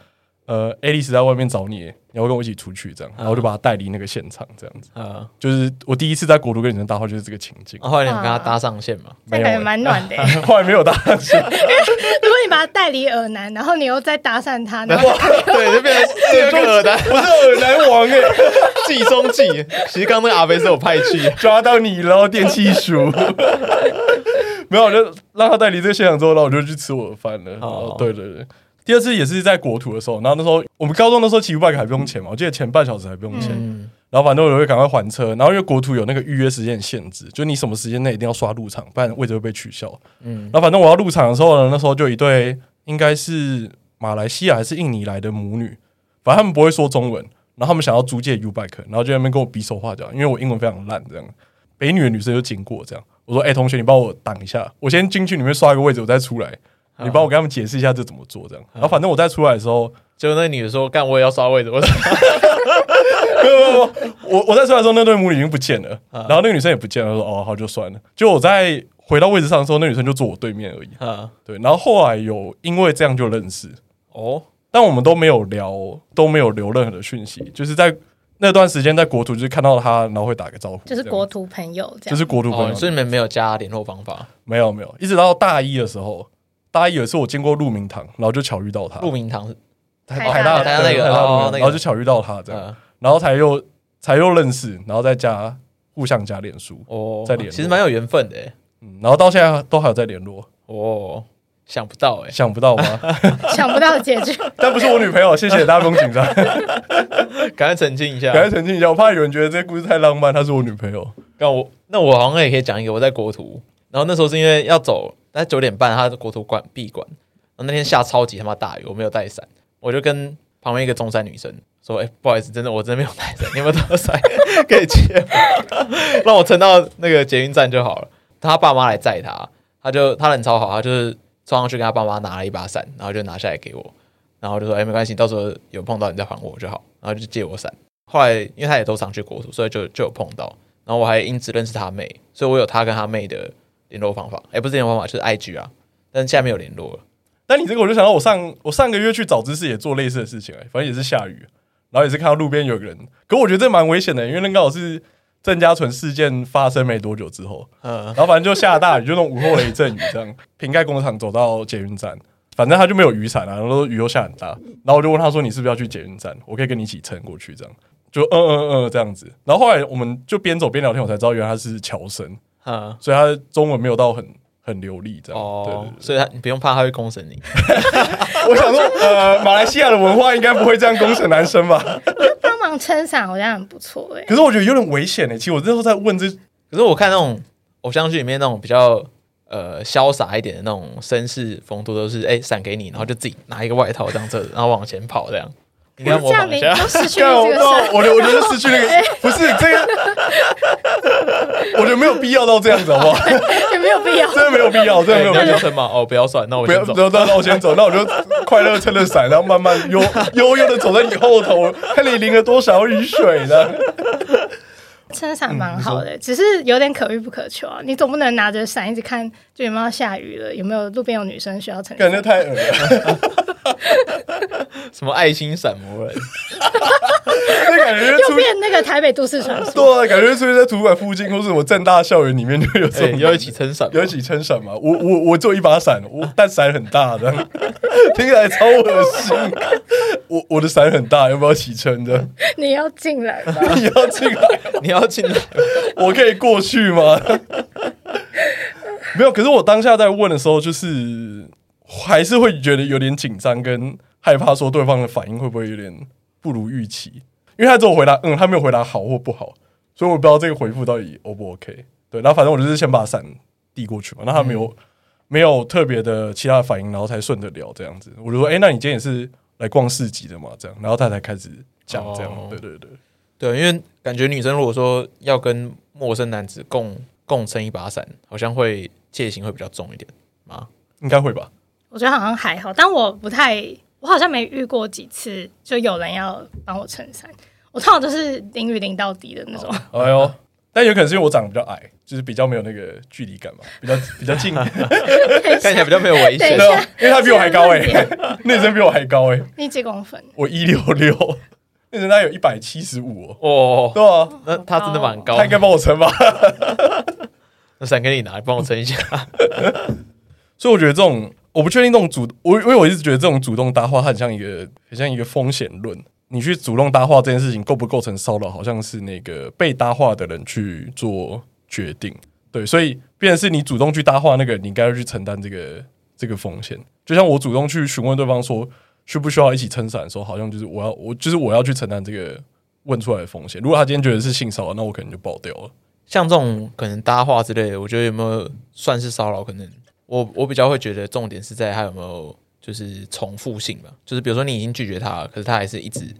Speaker 2: 呃，爱丽丝在外面找你，你要不要跟我一起出去这样，然后我就把她带离那个现场，这样子。
Speaker 1: 呃，
Speaker 2: 就是我第一次在国都跟女生搭话，就是这个情境
Speaker 1: 然。啊后后来你们跟他搭上线嘛？
Speaker 3: 这
Speaker 2: 没有
Speaker 3: 感
Speaker 2: 欸
Speaker 3: 觉蛮暖的欸、
Speaker 2: 后来没有搭上去，
Speaker 3: 如果你把他带离耳南，然后你又再搭讪他，
Speaker 2: 啊
Speaker 3: 然后
Speaker 1: 对，就变成第二个的，
Speaker 2: 我是耳男王哎、
Speaker 1: 计中计。其实刚刚那个阿飞是有派去，
Speaker 2: 抓到你喽，电器 鼠。没有，我就让他带离这个现场之后，然后我就去吃我的饭了。
Speaker 1: 哦
Speaker 2: 哦，对对对。第二次也是在国土的时候，然后那时候我们高中的时候骑 U bike 还不用钱嘛，我记得前半小时还不用钱。
Speaker 1: 嗯，
Speaker 2: 然后反正我就会赶快还车，然后因为国土有那个预约时间限制，就你什么时间内一定要刷入场，不然位置会被取消。
Speaker 1: 嗯
Speaker 2: 嗯，然后反正我要入场的时候呢，那时候就有一对应该是马来西亚还是印尼来的母女，反正他们不会说中文，然后他们想要租借 U bike，然后就在那边跟我比手画脚，因为我英文非常烂，这样北女的女生就经过这样，我说：“哎、同学，你帮我挡一下，我先进去里面刷一个位置，我再出来。”你帮我跟他们解释一下这怎么做，这样。然后反正我再出来的时候，
Speaker 1: 就那女的说：“干，我也要刷位子。”我说
Speaker 2: 不不不，我我在出来的时候，那对母女已经不见了，然后那个女生也不见了，我说哦好就算了。就我在回到位置上的时候，那女生就坐我对面而已。：“
Speaker 1: 啊，
Speaker 2: 对，然后后来有因为这样就认识，
Speaker 1: 哦，
Speaker 2: 但我们都没有聊，都没有留任何的讯息，就是在那段时间在国图就是看到她，然后会打个招呼，
Speaker 3: 就是
Speaker 2: 这样
Speaker 3: 国图朋友
Speaker 2: 就
Speaker 3: 这样。
Speaker 2: 是国图朋
Speaker 1: 哦，
Speaker 2: 友，
Speaker 1: 所以你们没有加联络方法？
Speaker 2: 没有没有，一直到大一的时候。大一有一次我经过鹿鸣堂，然后就巧遇到他，哦
Speaker 1: 鹿鸣堂是
Speaker 3: 台
Speaker 2: 台
Speaker 3: 大
Speaker 1: 台
Speaker 2: 大
Speaker 1: 大那个
Speaker 2: 对台大鹿
Speaker 1: 哦
Speaker 2: 鸣堂
Speaker 1: 那个
Speaker 2: 然后就巧遇到他这样，
Speaker 1: 呃，
Speaker 2: 然后才又才又认识，然后再加互相加脸书，
Speaker 1: 哦，
Speaker 2: 在联络
Speaker 1: 其实蛮有缘分的欸，
Speaker 2: 嗯，然后到现在都还有在联络，
Speaker 1: 哦，想不到 哎，
Speaker 2: 想不到吧？
Speaker 3: 想不到结局，
Speaker 2: 但不是我女朋友，谢谢大家不用 紧张，
Speaker 1: 赶快澄清一下啊
Speaker 2: 赶。快澄清一下，我怕有人觉得这故事太浪漫，她是我女朋友，让我
Speaker 1: 那我好像也可以讲一个，我在国图，然后那时候是因为要走，大概九点半，他的国图馆闭馆，然后那天下超级他妈大雨，我没有带伞，我就跟旁边一个中山女生说：“哎、不好意思，真的我真的没有带伞，你有没有带伞 可以借我？ 让我撑到那个捷运站就好了。”他爸妈来载他，他就他人超好，他就是冲上去跟他爸妈拿了一把伞，然后就拿下来给我，然后就说：“哎、没关系，到时候有碰到你再还我就好。”然后就借我伞。后来因为他也都常去国图，所以就就有碰到。然后我还因此认识他妹，所以我有他跟他妹的联络方法，哎、不是联络方法，就是 IG 啊，但是现在没有联络了。
Speaker 2: 但你这个我就想到我上我上个月去找知识也做类似的事情、欸，反正也是下雨，然后也是看到路边有个人，可我觉得这蛮危险的、因为那刚好是郑家纯事件发生没多久之后，
Speaker 1: 嗯，
Speaker 2: 然后反正就下大雨，就那种午后雷阵雨 这样，瓶盖工厂走到捷运站，反正他就没有雨伞啊，然后说雨又下很大，然后我就问他说你是不是要去捷运站，我可以跟你一起撑过去这样，就嗯嗯嗯这样子，然后后来我们就边走边聊天，我才知道原来他是侨生，
Speaker 1: 嗯，
Speaker 2: 所以他中文没有到很很流利这样，对对
Speaker 1: 哦
Speaker 2: 对，
Speaker 1: 所以他你不用怕他会公审你，
Speaker 2: 我想说，呃，马来西亚的文化应该不会这样公审男生 吧？
Speaker 3: 帮忙撑伞好像很不错哎、
Speaker 2: 可是我觉得有点危险呢、欸其实我那时候在问这，
Speaker 1: 可是我看那种偶像剧里面那种比较呃潇洒一点的那种绅士风度，都是哎伞、给你，然后就自己拿一个外套这样子，然后往前跑这样。你
Speaker 3: 欸，
Speaker 1: 要
Speaker 3: 这
Speaker 1: 模
Speaker 3: 样
Speaker 1: 仿
Speaker 3: 你
Speaker 1: 一 下，
Speaker 3: 就失去
Speaker 2: 干
Speaker 3: 了
Speaker 2: 我
Speaker 3: 这
Speaker 2: 不
Speaker 3: 个
Speaker 2: 知道
Speaker 3: 伞。
Speaker 2: 我觉得我觉得失去那 个，不是这个，我觉得没有必要到这样子，好不好？
Speaker 3: 也没有必要。
Speaker 2: 真的没有必要，真的
Speaker 1: 哎
Speaker 2: 没有
Speaker 1: 你
Speaker 2: 必
Speaker 1: 要
Speaker 2: 要
Speaker 1: 留。存吗？哦，不要算，那我
Speaker 2: 不要，
Speaker 1: 先走。
Speaker 2: 不要，那我先走，那我就快乐撑着伞，然后慢慢悠悠悠的走在你后头，看你淋了多少雨水呢？
Speaker 3: 撑伞蛮好
Speaker 2: 嗯
Speaker 3: 的，只是有点可遇不可求啊。你总不能拿着伞一直看，就有没有下雨了，有没有路边有女生需要撑伞
Speaker 2: 感觉太恶了，
Speaker 1: 什么爱心伞魔 人？
Speaker 2: 那感觉就
Speaker 3: 又
Speaker 2: 出
Speaker 3: 变那个台北都市传 说。
Speaker 2: 对啊，感觉出现在图书馆附近或是我正大校园里面就有这
Speaker 1: 哎，
Speaker 2: 种
Speaker 1: 要一起撑伞吗，
Speaker 2: 有一起撑伞吗？我我我只有一把伞，我但伞很大的， 听起来超恶心。我我的伞很大，要不要一起撑的？
Speaker 3: 你要进来吧。
Speaker 2: 你要进来，
Speaker 1: 你要进来
Speaker 2: 我可以过去吗？ 没有，可是我当下在问的时候，就是还是会觉得有点紧张跟害怕，说对方的反应会不会有点不如预期？因为他只有回答嗯，他没有回答好或不好，所以我不知道这个回复到底 O 不 OK。对，然后反正我就是先把伞递过去嘛，那他没有、没有特别的其他的反应，然后才顺着聊这样子。我就说，哎、那你今天也是来逛市集的嘛？这样，然后他才开始讲这样。
Speaker 1: 哦
Speaker 2: 对对对，
Speaker 1: 对，因为感觉女生如果说要跟陌生男子共共撑一把伞，好像会戒心会比较重一点嘛。
Speaker 2: 应该会吧？
Speaker 3: 我觉得好像还好，但我不太，我好像没遇过几次就有人要帮我撑伞。我通常都是淋雨淋到底的那种，
Speaker 1: 哦
Speaker 2: 哎呦，但有可能是因为我长得比较矮，就是比较没有那个距离感嘛，比较比较 近。
Speaker 1: 看起来比较没有危
Speaker 3: 等
Speaker 1: 险
Speaker 3: 一
Speaker 2: 对。
Speaker 3: 下
Speaker 2: 啊，因为他比我还高哎、 那女生比我还高哎、
Speaker 3: 你几公分？
Speaker 2: 我一六六，那人家有一百七十五哦。
Speaker 1: 哦，
Speaker 2: 对啊，
Speaker 1: 那他真的蛮高
Speaker 2: 他应该
Speaker 1: 的。
Speaker 2: 帮我撑吧。
Speaker 1: 那伞给你拿，帮我撑一下。
Speaker 2: 所以我觉得这种，我不确定这种主，我因为我一直觉得这种主动搭话，它很像一个很像一个风险论。你去主动搭话这件事情构不构成骚扰，好像是那个被搭话的人去做决定。对，所以变成是你主动去搭话那个人，你应该要去承担这个这个风险。就像我主动去询问对方说需不需要一起撑伞的时候，好像就是我要我就是我要去承担这个问出来的风险。如果他今天觉得是性骚扰，那我可能就爆掉了。
Speaker 1: 像这种可能搭话之类的，我觉得有没有算是骚扰？可能我我比较会觉得重点是在他有没有就是重复性吧。就是比如说你已经拒绝他了，可是他还是一直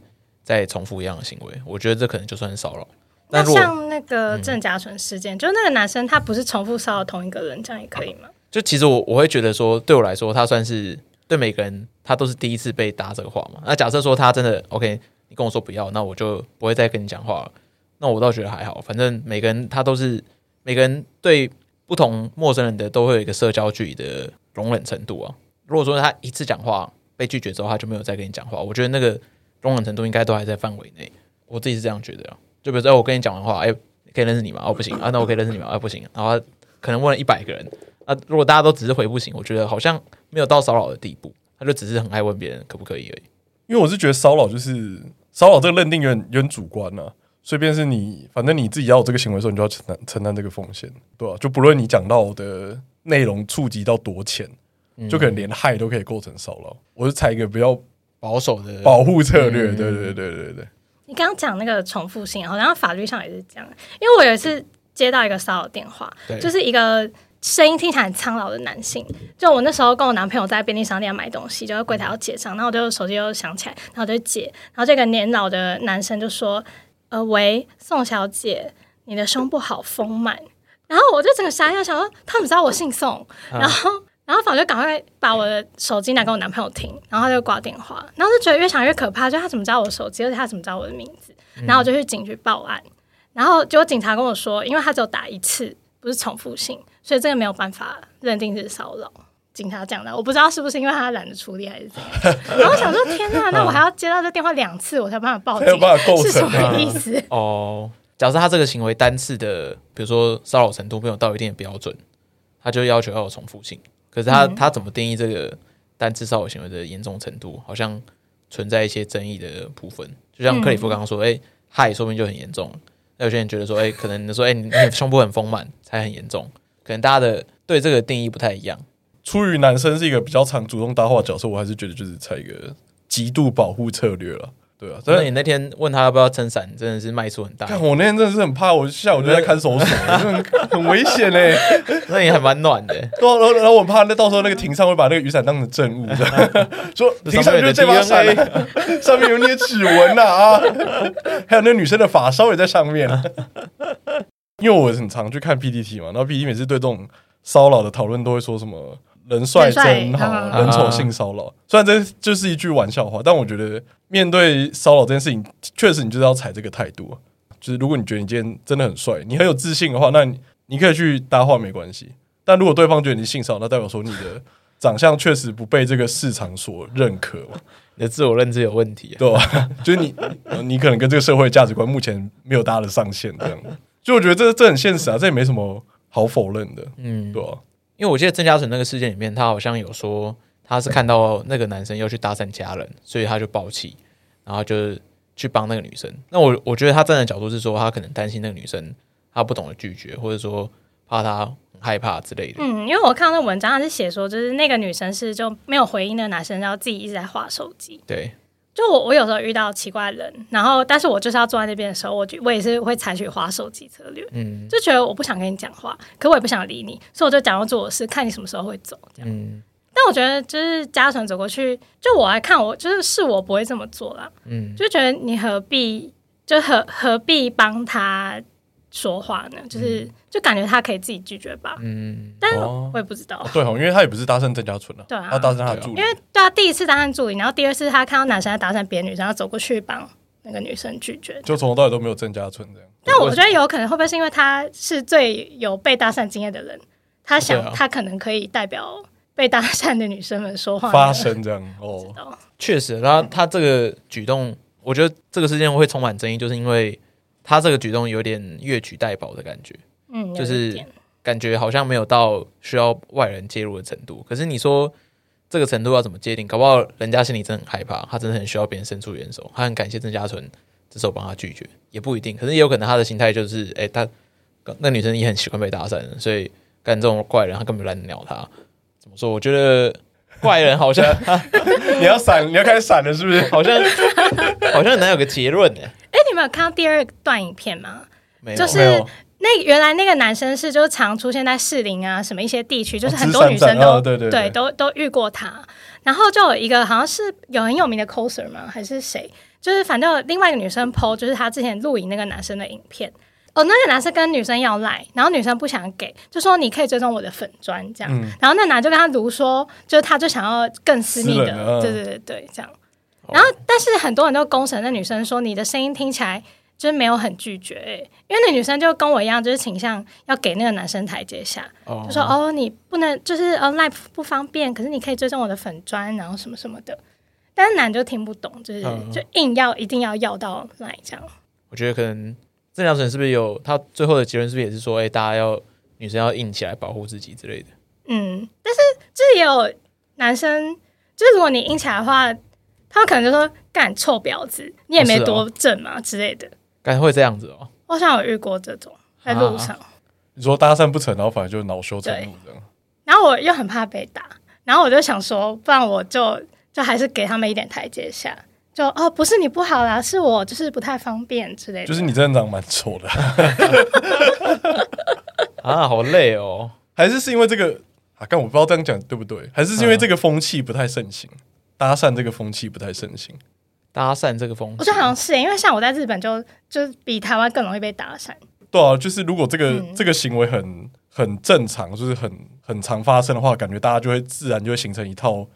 Speaker 1: 在重复一样的行为，我觉得这可能就算是骚扰。
Speaker 3: 那
Speaker 1: 但如果嗯
Speaker 3: 像那个郑家纯事件，就那个男生他不是重复骚扰同一个人，这样也可以吗？
Speaker 1: 就其实我我会觉得说，对我来说，他算是对每个人他都是第一次被搭这个话嘛。那假设说他真的 OK，你跟我说不要，那我就不会再跟你讲话了。那我倒觉得还好，反正每个人他都是每个人对不同陌生人的都会有一个社交距离的容忍程度啊。如果说他一次讲话被拒绝之后，他就没有再跟你讲话，我觉得那个容忍程度应该都还在范围内。我自己是这样觉得、啊。就比如说，哎我跟你讲完话，哎、可以认识你吗？哦，不行啊，那我可以认识你吗？啊，不行。然后他可能问了一百个人，啊，如果大家都只是回不行，我觉得好像没有到骚扰的地步，他就只是很爱问别人可不可以而已。
Speaker 2: 因为我是觉得骚扰就是骚扰这个认定有点有点主观呐、啊，所以便是你反正你自己要有这个行为的时候，你就要承担承担这个风险，对吧、就不论你讲到的内容触及到多浅，就可能连害都可以构成骚扰。我是采一个比较
Speaker 1: 保守的
Speaker 2: 保护策略，对对对对对对。
Speaker 3: 你刚刚讲那个重复性，好像法律上也是这样。因为我有一次接到一个骚扰电话
Speaker 1: 对，
Speaker 3: 就是一个声音听起来很苍老的男性。就我那时候跟我男朋友在便利商店买东西，就在柜台要结账，然后我就手机又响起来，然后我就接，然后这个年老的男生就说：“呃，喂，宋小姐，你的胸部好丰满。”然后我就整个傻眼，想说他们知道我姓宋，然后。然后反正就赶快把我的手机拿给我男朋友听，然后他就挂电话，然后就觉得越想越可怕，就他怎么知道我手机，而且他怎么知道我的名字，然
Speaker 2: 嗯
Speaker 3: 后我就去警局报案，然后结果警察跟我说，因为他只有打一次，不是重复性，所以这个没有办法认定是骚扰。警察讲的，我不知道是不是因为他懒得处理还是怎样。然后我想说，天呐，那我还要接到这电话两次，我才有办 法报
Speaker 2: 才有
Speaker 3: 警，
Speaker 2: 办法构
Speaker 3: 是什
Speaker 2: 成啊
Speaker 3: 么意思？
Speaker 1: 哦，假设他这个行为单次的，比如说骚扰程度没有到一定的标准，他就要求要有重复性。可是他、他怎么定义这个单次骚扰行为的严重程度，好像存在一些争议的部分。就像克里夫刚刚说，哎、嗨，说不定就很严重。那有些人觉得说，哎、可能你说，哎、你你胸部很丰满才很严重，可能大家的对这个定义不太一样。
Speaker 2: 出于男生是一个比较常主动搭话的角色，我还是觉得就是采一个极度保护策略了。对啊，
Speaker 1: 所
Speaker 2: 但
Speaker 1: 以你那天问他要不要撑伞，真的是迈出很大。
Speaker 2: 看我那天真的是很怕，我下午就在看守所，很很危险嘞、欸。
Speaker 1: 那你还蛮暖 的，
Speaker 2: 然后，然后，然后我怕那到时候那个庭上会把那个雨伞当成证物，这样说庭上就是这把伞啊
Speaker 1: 上面有你的，
Speaker 2: 上面有你的指纹呐啊， 还有那女生的发梢也在上面。 因为我很常去看 PPT 嘛，然后 PPT 每次对这种骚扰的讨论都会说什么“人帅真好，
Speaker 1: 帅
Speaker 3: 人
Speaker 2: 人丑性骚扰”。虽然这就是一句玩笑话，但我觉得面对骚扰这件事情，确实你就是要采这个态度啊。就是如果你觉得你今天真的很帅，你很有自信的话，那你你可以去搭话没关系。但如果对方觉得你性骚扰，那代表说你的长相确实不被这个市场所认可嘛，
Speaker 1: 你的自我认知有问题啊。
Speaker 2: 对吧？就是你呃你可能跟这个社会价值观目前没有搭的上线这样。就我觉得这这很现实啊，这也没什么好否认的，
Speaker 1: 嗯，
Speaker 2: 对吧、
Speaker 1: 因为我记得郑嘉纯那个事件里面，他好像有说他是看到那个男生要去搭讪家人，所以他就爆气，然后就是去帮那个女生。那我我觉得他站的角度是说，他可能担心那个女生她不懂得拒绝，或者说怕她很害怕之类的。
Speaker 3: 嗯，因为我看到那文章，他是写说，就是那个女生是就没有回应那个男生，然后自己一直在划手机。
Speaker 1: 对，
Speaker 3: 就我我有时候遇到奇怪的人，然后但是我就是要坐在那边的时候，我就我也是会采取划手机策略，
Speaker 1: 嗯
Speaker 3: 就觉得我不想跟你讲话，可我也不想理你，所以我就假装做我的事，看你什么时候会走。这样
Speaker 1: 嗯
Speaker 3: 但我觉得就是嘉诚走过去，就我来看我，就是是我不会这么做啦，
Speaker 1: 嗯，
Speaker 3: 就觉得你何必就何何必帮他说话呢？就是、
Speaker 1: 嗯
Speaker 3: 就感觉他可以自己拒绝吧，嗯，但是
Speaker 2: 哦
Speaker 3: 我也不知道。
Speaker 2: 哦对哦，因为他也不是搭讪郑家纯啊，
Speaker 3: 对啊
Speaker 2: 他搭讪他的助理
Speaker 3: 因，为对啊，第一次搭讪助理，然后第二次他看到男生在搭讪别的女生，然后走过去帮那个女生拒绝。
Speaker 2: 就从头到尾都没有郑家纯这样。
Speaker 3: 但我觉得有可能会不会是因为他是最有被搭讪经验的人，他想、
Speaker 1: 对啊
Speaker 3: 他可能可以代表被搭讪的女生们说话呢。
Speaker 2: 发声这样哦
Speaker 3: 知，道
Speaker 1: 确实，他他这个举动，我觉得这个事件会充满争议，就是因为他这个举动有点越俎代庖的感觉。
Speaker 3: 嗯，
Speaker 1: 就
Speaker 3: 有一
Speaker 1: 是
Speaker 3: 点
Speaker 1: 感觉好像没有到需要外人介入的程度。可是你说这个程度要怎么界定？搞不好人家心里真的很害怕，他真的很需要别人伸出援手，他很感谢郑嘉纯这时候帮他拒绝，也不一定。可是也有可能他的心态就是，哎、他那女生也很喜欢被搭讪，所以干这种怪人，他根本懒得鸟他。怎么说？我觉得怪人好像
Speaker 2: 你要闪，你要开始闪了是不是？
Speaker 1: 好像好像很难有个结论呢、
Speaker 3: 哎、你们有看到第二段影片吗？
Speaker 1: 没有，
Speaker 3: 就是
Speaker 2: 没有
Speaker 3: 那原来那个男生是就是常出现在士林啊什么一些地区，就是
Speaker 2: 哦
Speaker 3: 很多女
Speaker 2: 知
Speaker 3: 生都、
Speaker 2: 散站啊对对对
Speaker 3: 都都遇过他。然后就有一个好像是有很有名的 coser 吗？还是谁？就是反正有另外一个女生 PO，就是她之前录影那个男生的影片。哦，那个男生跟女生要赖，然后女生不想给，就说你可以追踪我的粉砖这样。
Speaker 2: 嗯
Speaker 3: 然后那男就跟他如说，就是他就想要更私密
Speaker 2: 私
Speaker 3: 的，
Speaker 2: 人的嗯哦
Speaker 3: 对对对对，这样。然后，但是很多人都公审那女生说你的声音听起来就是没有很拒绝、欸，因为那女生就跟我一样，就是倾向要给那个男生台阶下，
Speaker 1: 哦
Speaker 3: 就说哦，你不能就是呃 live 不方便，可是你可以追踪我的粉砖，然后什么什么的。但是男就听不懂，就是、
Speaker 1: 嗯
Speaker 3: 就硬要一定要要到 line 这样。
Speaker 1: 我觉得可能郑嘉纯是不是有他最后的结论是不是也是说，哎、大家要女生要硬起来保护自己之类的。
Speaker 3: 嗯，但是就是也有男生，就是如果你硬起来的话，他们可能就说干臭婊子，你也没
Speaker 1: 哦是哦
Speaker 3: 多正嘛、之类的。
Speaker 1: 该会这样子哦。
Speaker 3: 我好像有遇过这种在路上，
Speaker 2: 你说搭讪不成，然后反而就恼羞成怒这样。
Speaker 3: 然后我又很怕被打，然后我就想说，不然我就就还是给他们一点台阶下。就哦，不是你不好啦，是我就是不太方便之类的。
Speaker 2: 就是你真的长蛮丑的，
Speaker 1: 啊，好累哦。
Speaker 2: 还是是因为这个啊？但我不知道这样讲对不对，还是是因为
Speaker 1: 嗯
Speaker 2: 这个风气不太盛行，搭讪这个风气不太盛行。
Speaker 1: 搭讪这个风气，
Speaker 3: 我觉得好像是耶，欸因为像我在日本就就比台湾更容易被搭讪。
Speaker 2: 对啊，就是如果这个、
Speaker 3: 嗯
Speaker 2: 这个行为很很正常，就是很很常发生的话，感觉大家就会自然就会形成一套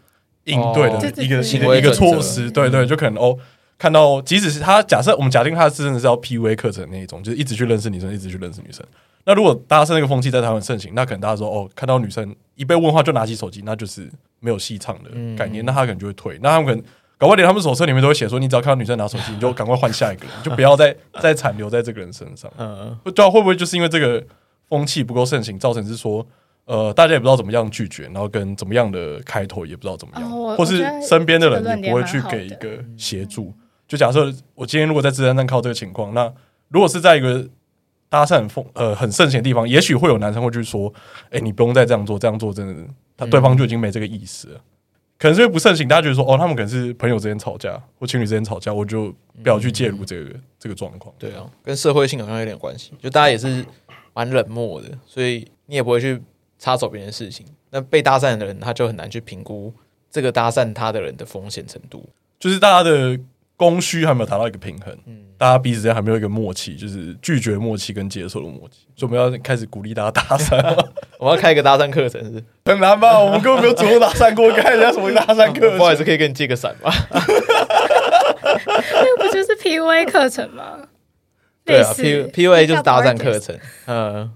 Speaker 2: 应对
Speaker 1: 哦
Speaker 2: 的一个、
Speaker 3: 对对对
Speaker 2: 一
Speaker 1: 行
Speaker 2: 个
Speaker 1: 为
Speaker 2: 一个
Speaker 1: 准则
Speaker 2: 措施。对对，就可能哦，看到即使是他假设我们假定他是真的是要 PUA 课程那一种，就是一直去认识女生，一直去认识女生。那如果搭讪那个风气在台湾盛行，那可能大家说哦，看到女生一被问话就拿起手机，那就是没有戏唱的概念，那他可能就会退，那他们可能。搞不好连他们手册里面都会写说，你只要看到女生拿手机，你就赶快换下一个人，你就不要再 再残留在这个人身上。
Speaker 1: 嗯，
Speaker 2: 不知道会不会就是因为这个风气不够盛行，造成是说，呃，大家也不知道怎么样拒绝，然后跟怎么样的开头也不知道怎么样，
Speaker 3: 哦我
Speaker 2: 或
Speaker 3: 我
Speaker 2: 是
Speaker 3: 觉得
Speaker 2: 身边的
Speaker 3: 这个
Speaker 2: 人
Speaker 3: 论
Speaker 2: 也
Speaker 3: 点
Speaker 2: 不会去
Speaker 3: 蛮好的
Speaker 2: 给一个协助。就假设我今天如果在自然站靠这个情况，那如果是在一个搭讪很风呃很盛行的地方，也许会有男生会去说，哎、你不用再这样做，这样做真的是，他对方就已经没这个意思了。可能是因为不盛行，大家觉得说，哦，他们可能是朋友之间吵架或情侣之间吵架，我就不要去介入这个、这个状况。
Speaker 1: 对啊，跟社会性好像有点关系。就大家也是蛮冷漠的，所以你也不会去插手别人的事情。那被搭讪的人，他就很难去评估这个搭讪他的人的风险程度。
Speaker 2: 就是大家的供需还没有达到一个平衡，大家彼此之间还没有一个默契，就是拒绝默契跟接受的默契，所以我们要开始鼓励大家搭讪，
Speaker 1: 我们要开一个搭讪课程是
Speaker 2: 很难吧？我们根本没有主动搭讪过，看人家什么搭讪
Speaker 1: 不
Speaker 2: 课
Speaker 1: 是， 不好意
Speaker 2: 程。
Speaker 1: 思，可以跟你借个伞吗？
Speaker 3: 那个不就是 PUA 课程吗？
Speaker 1: 对啊，P
Speaker 3: 类似
Speaker 1: P U A 就是搭讪课程。嗯，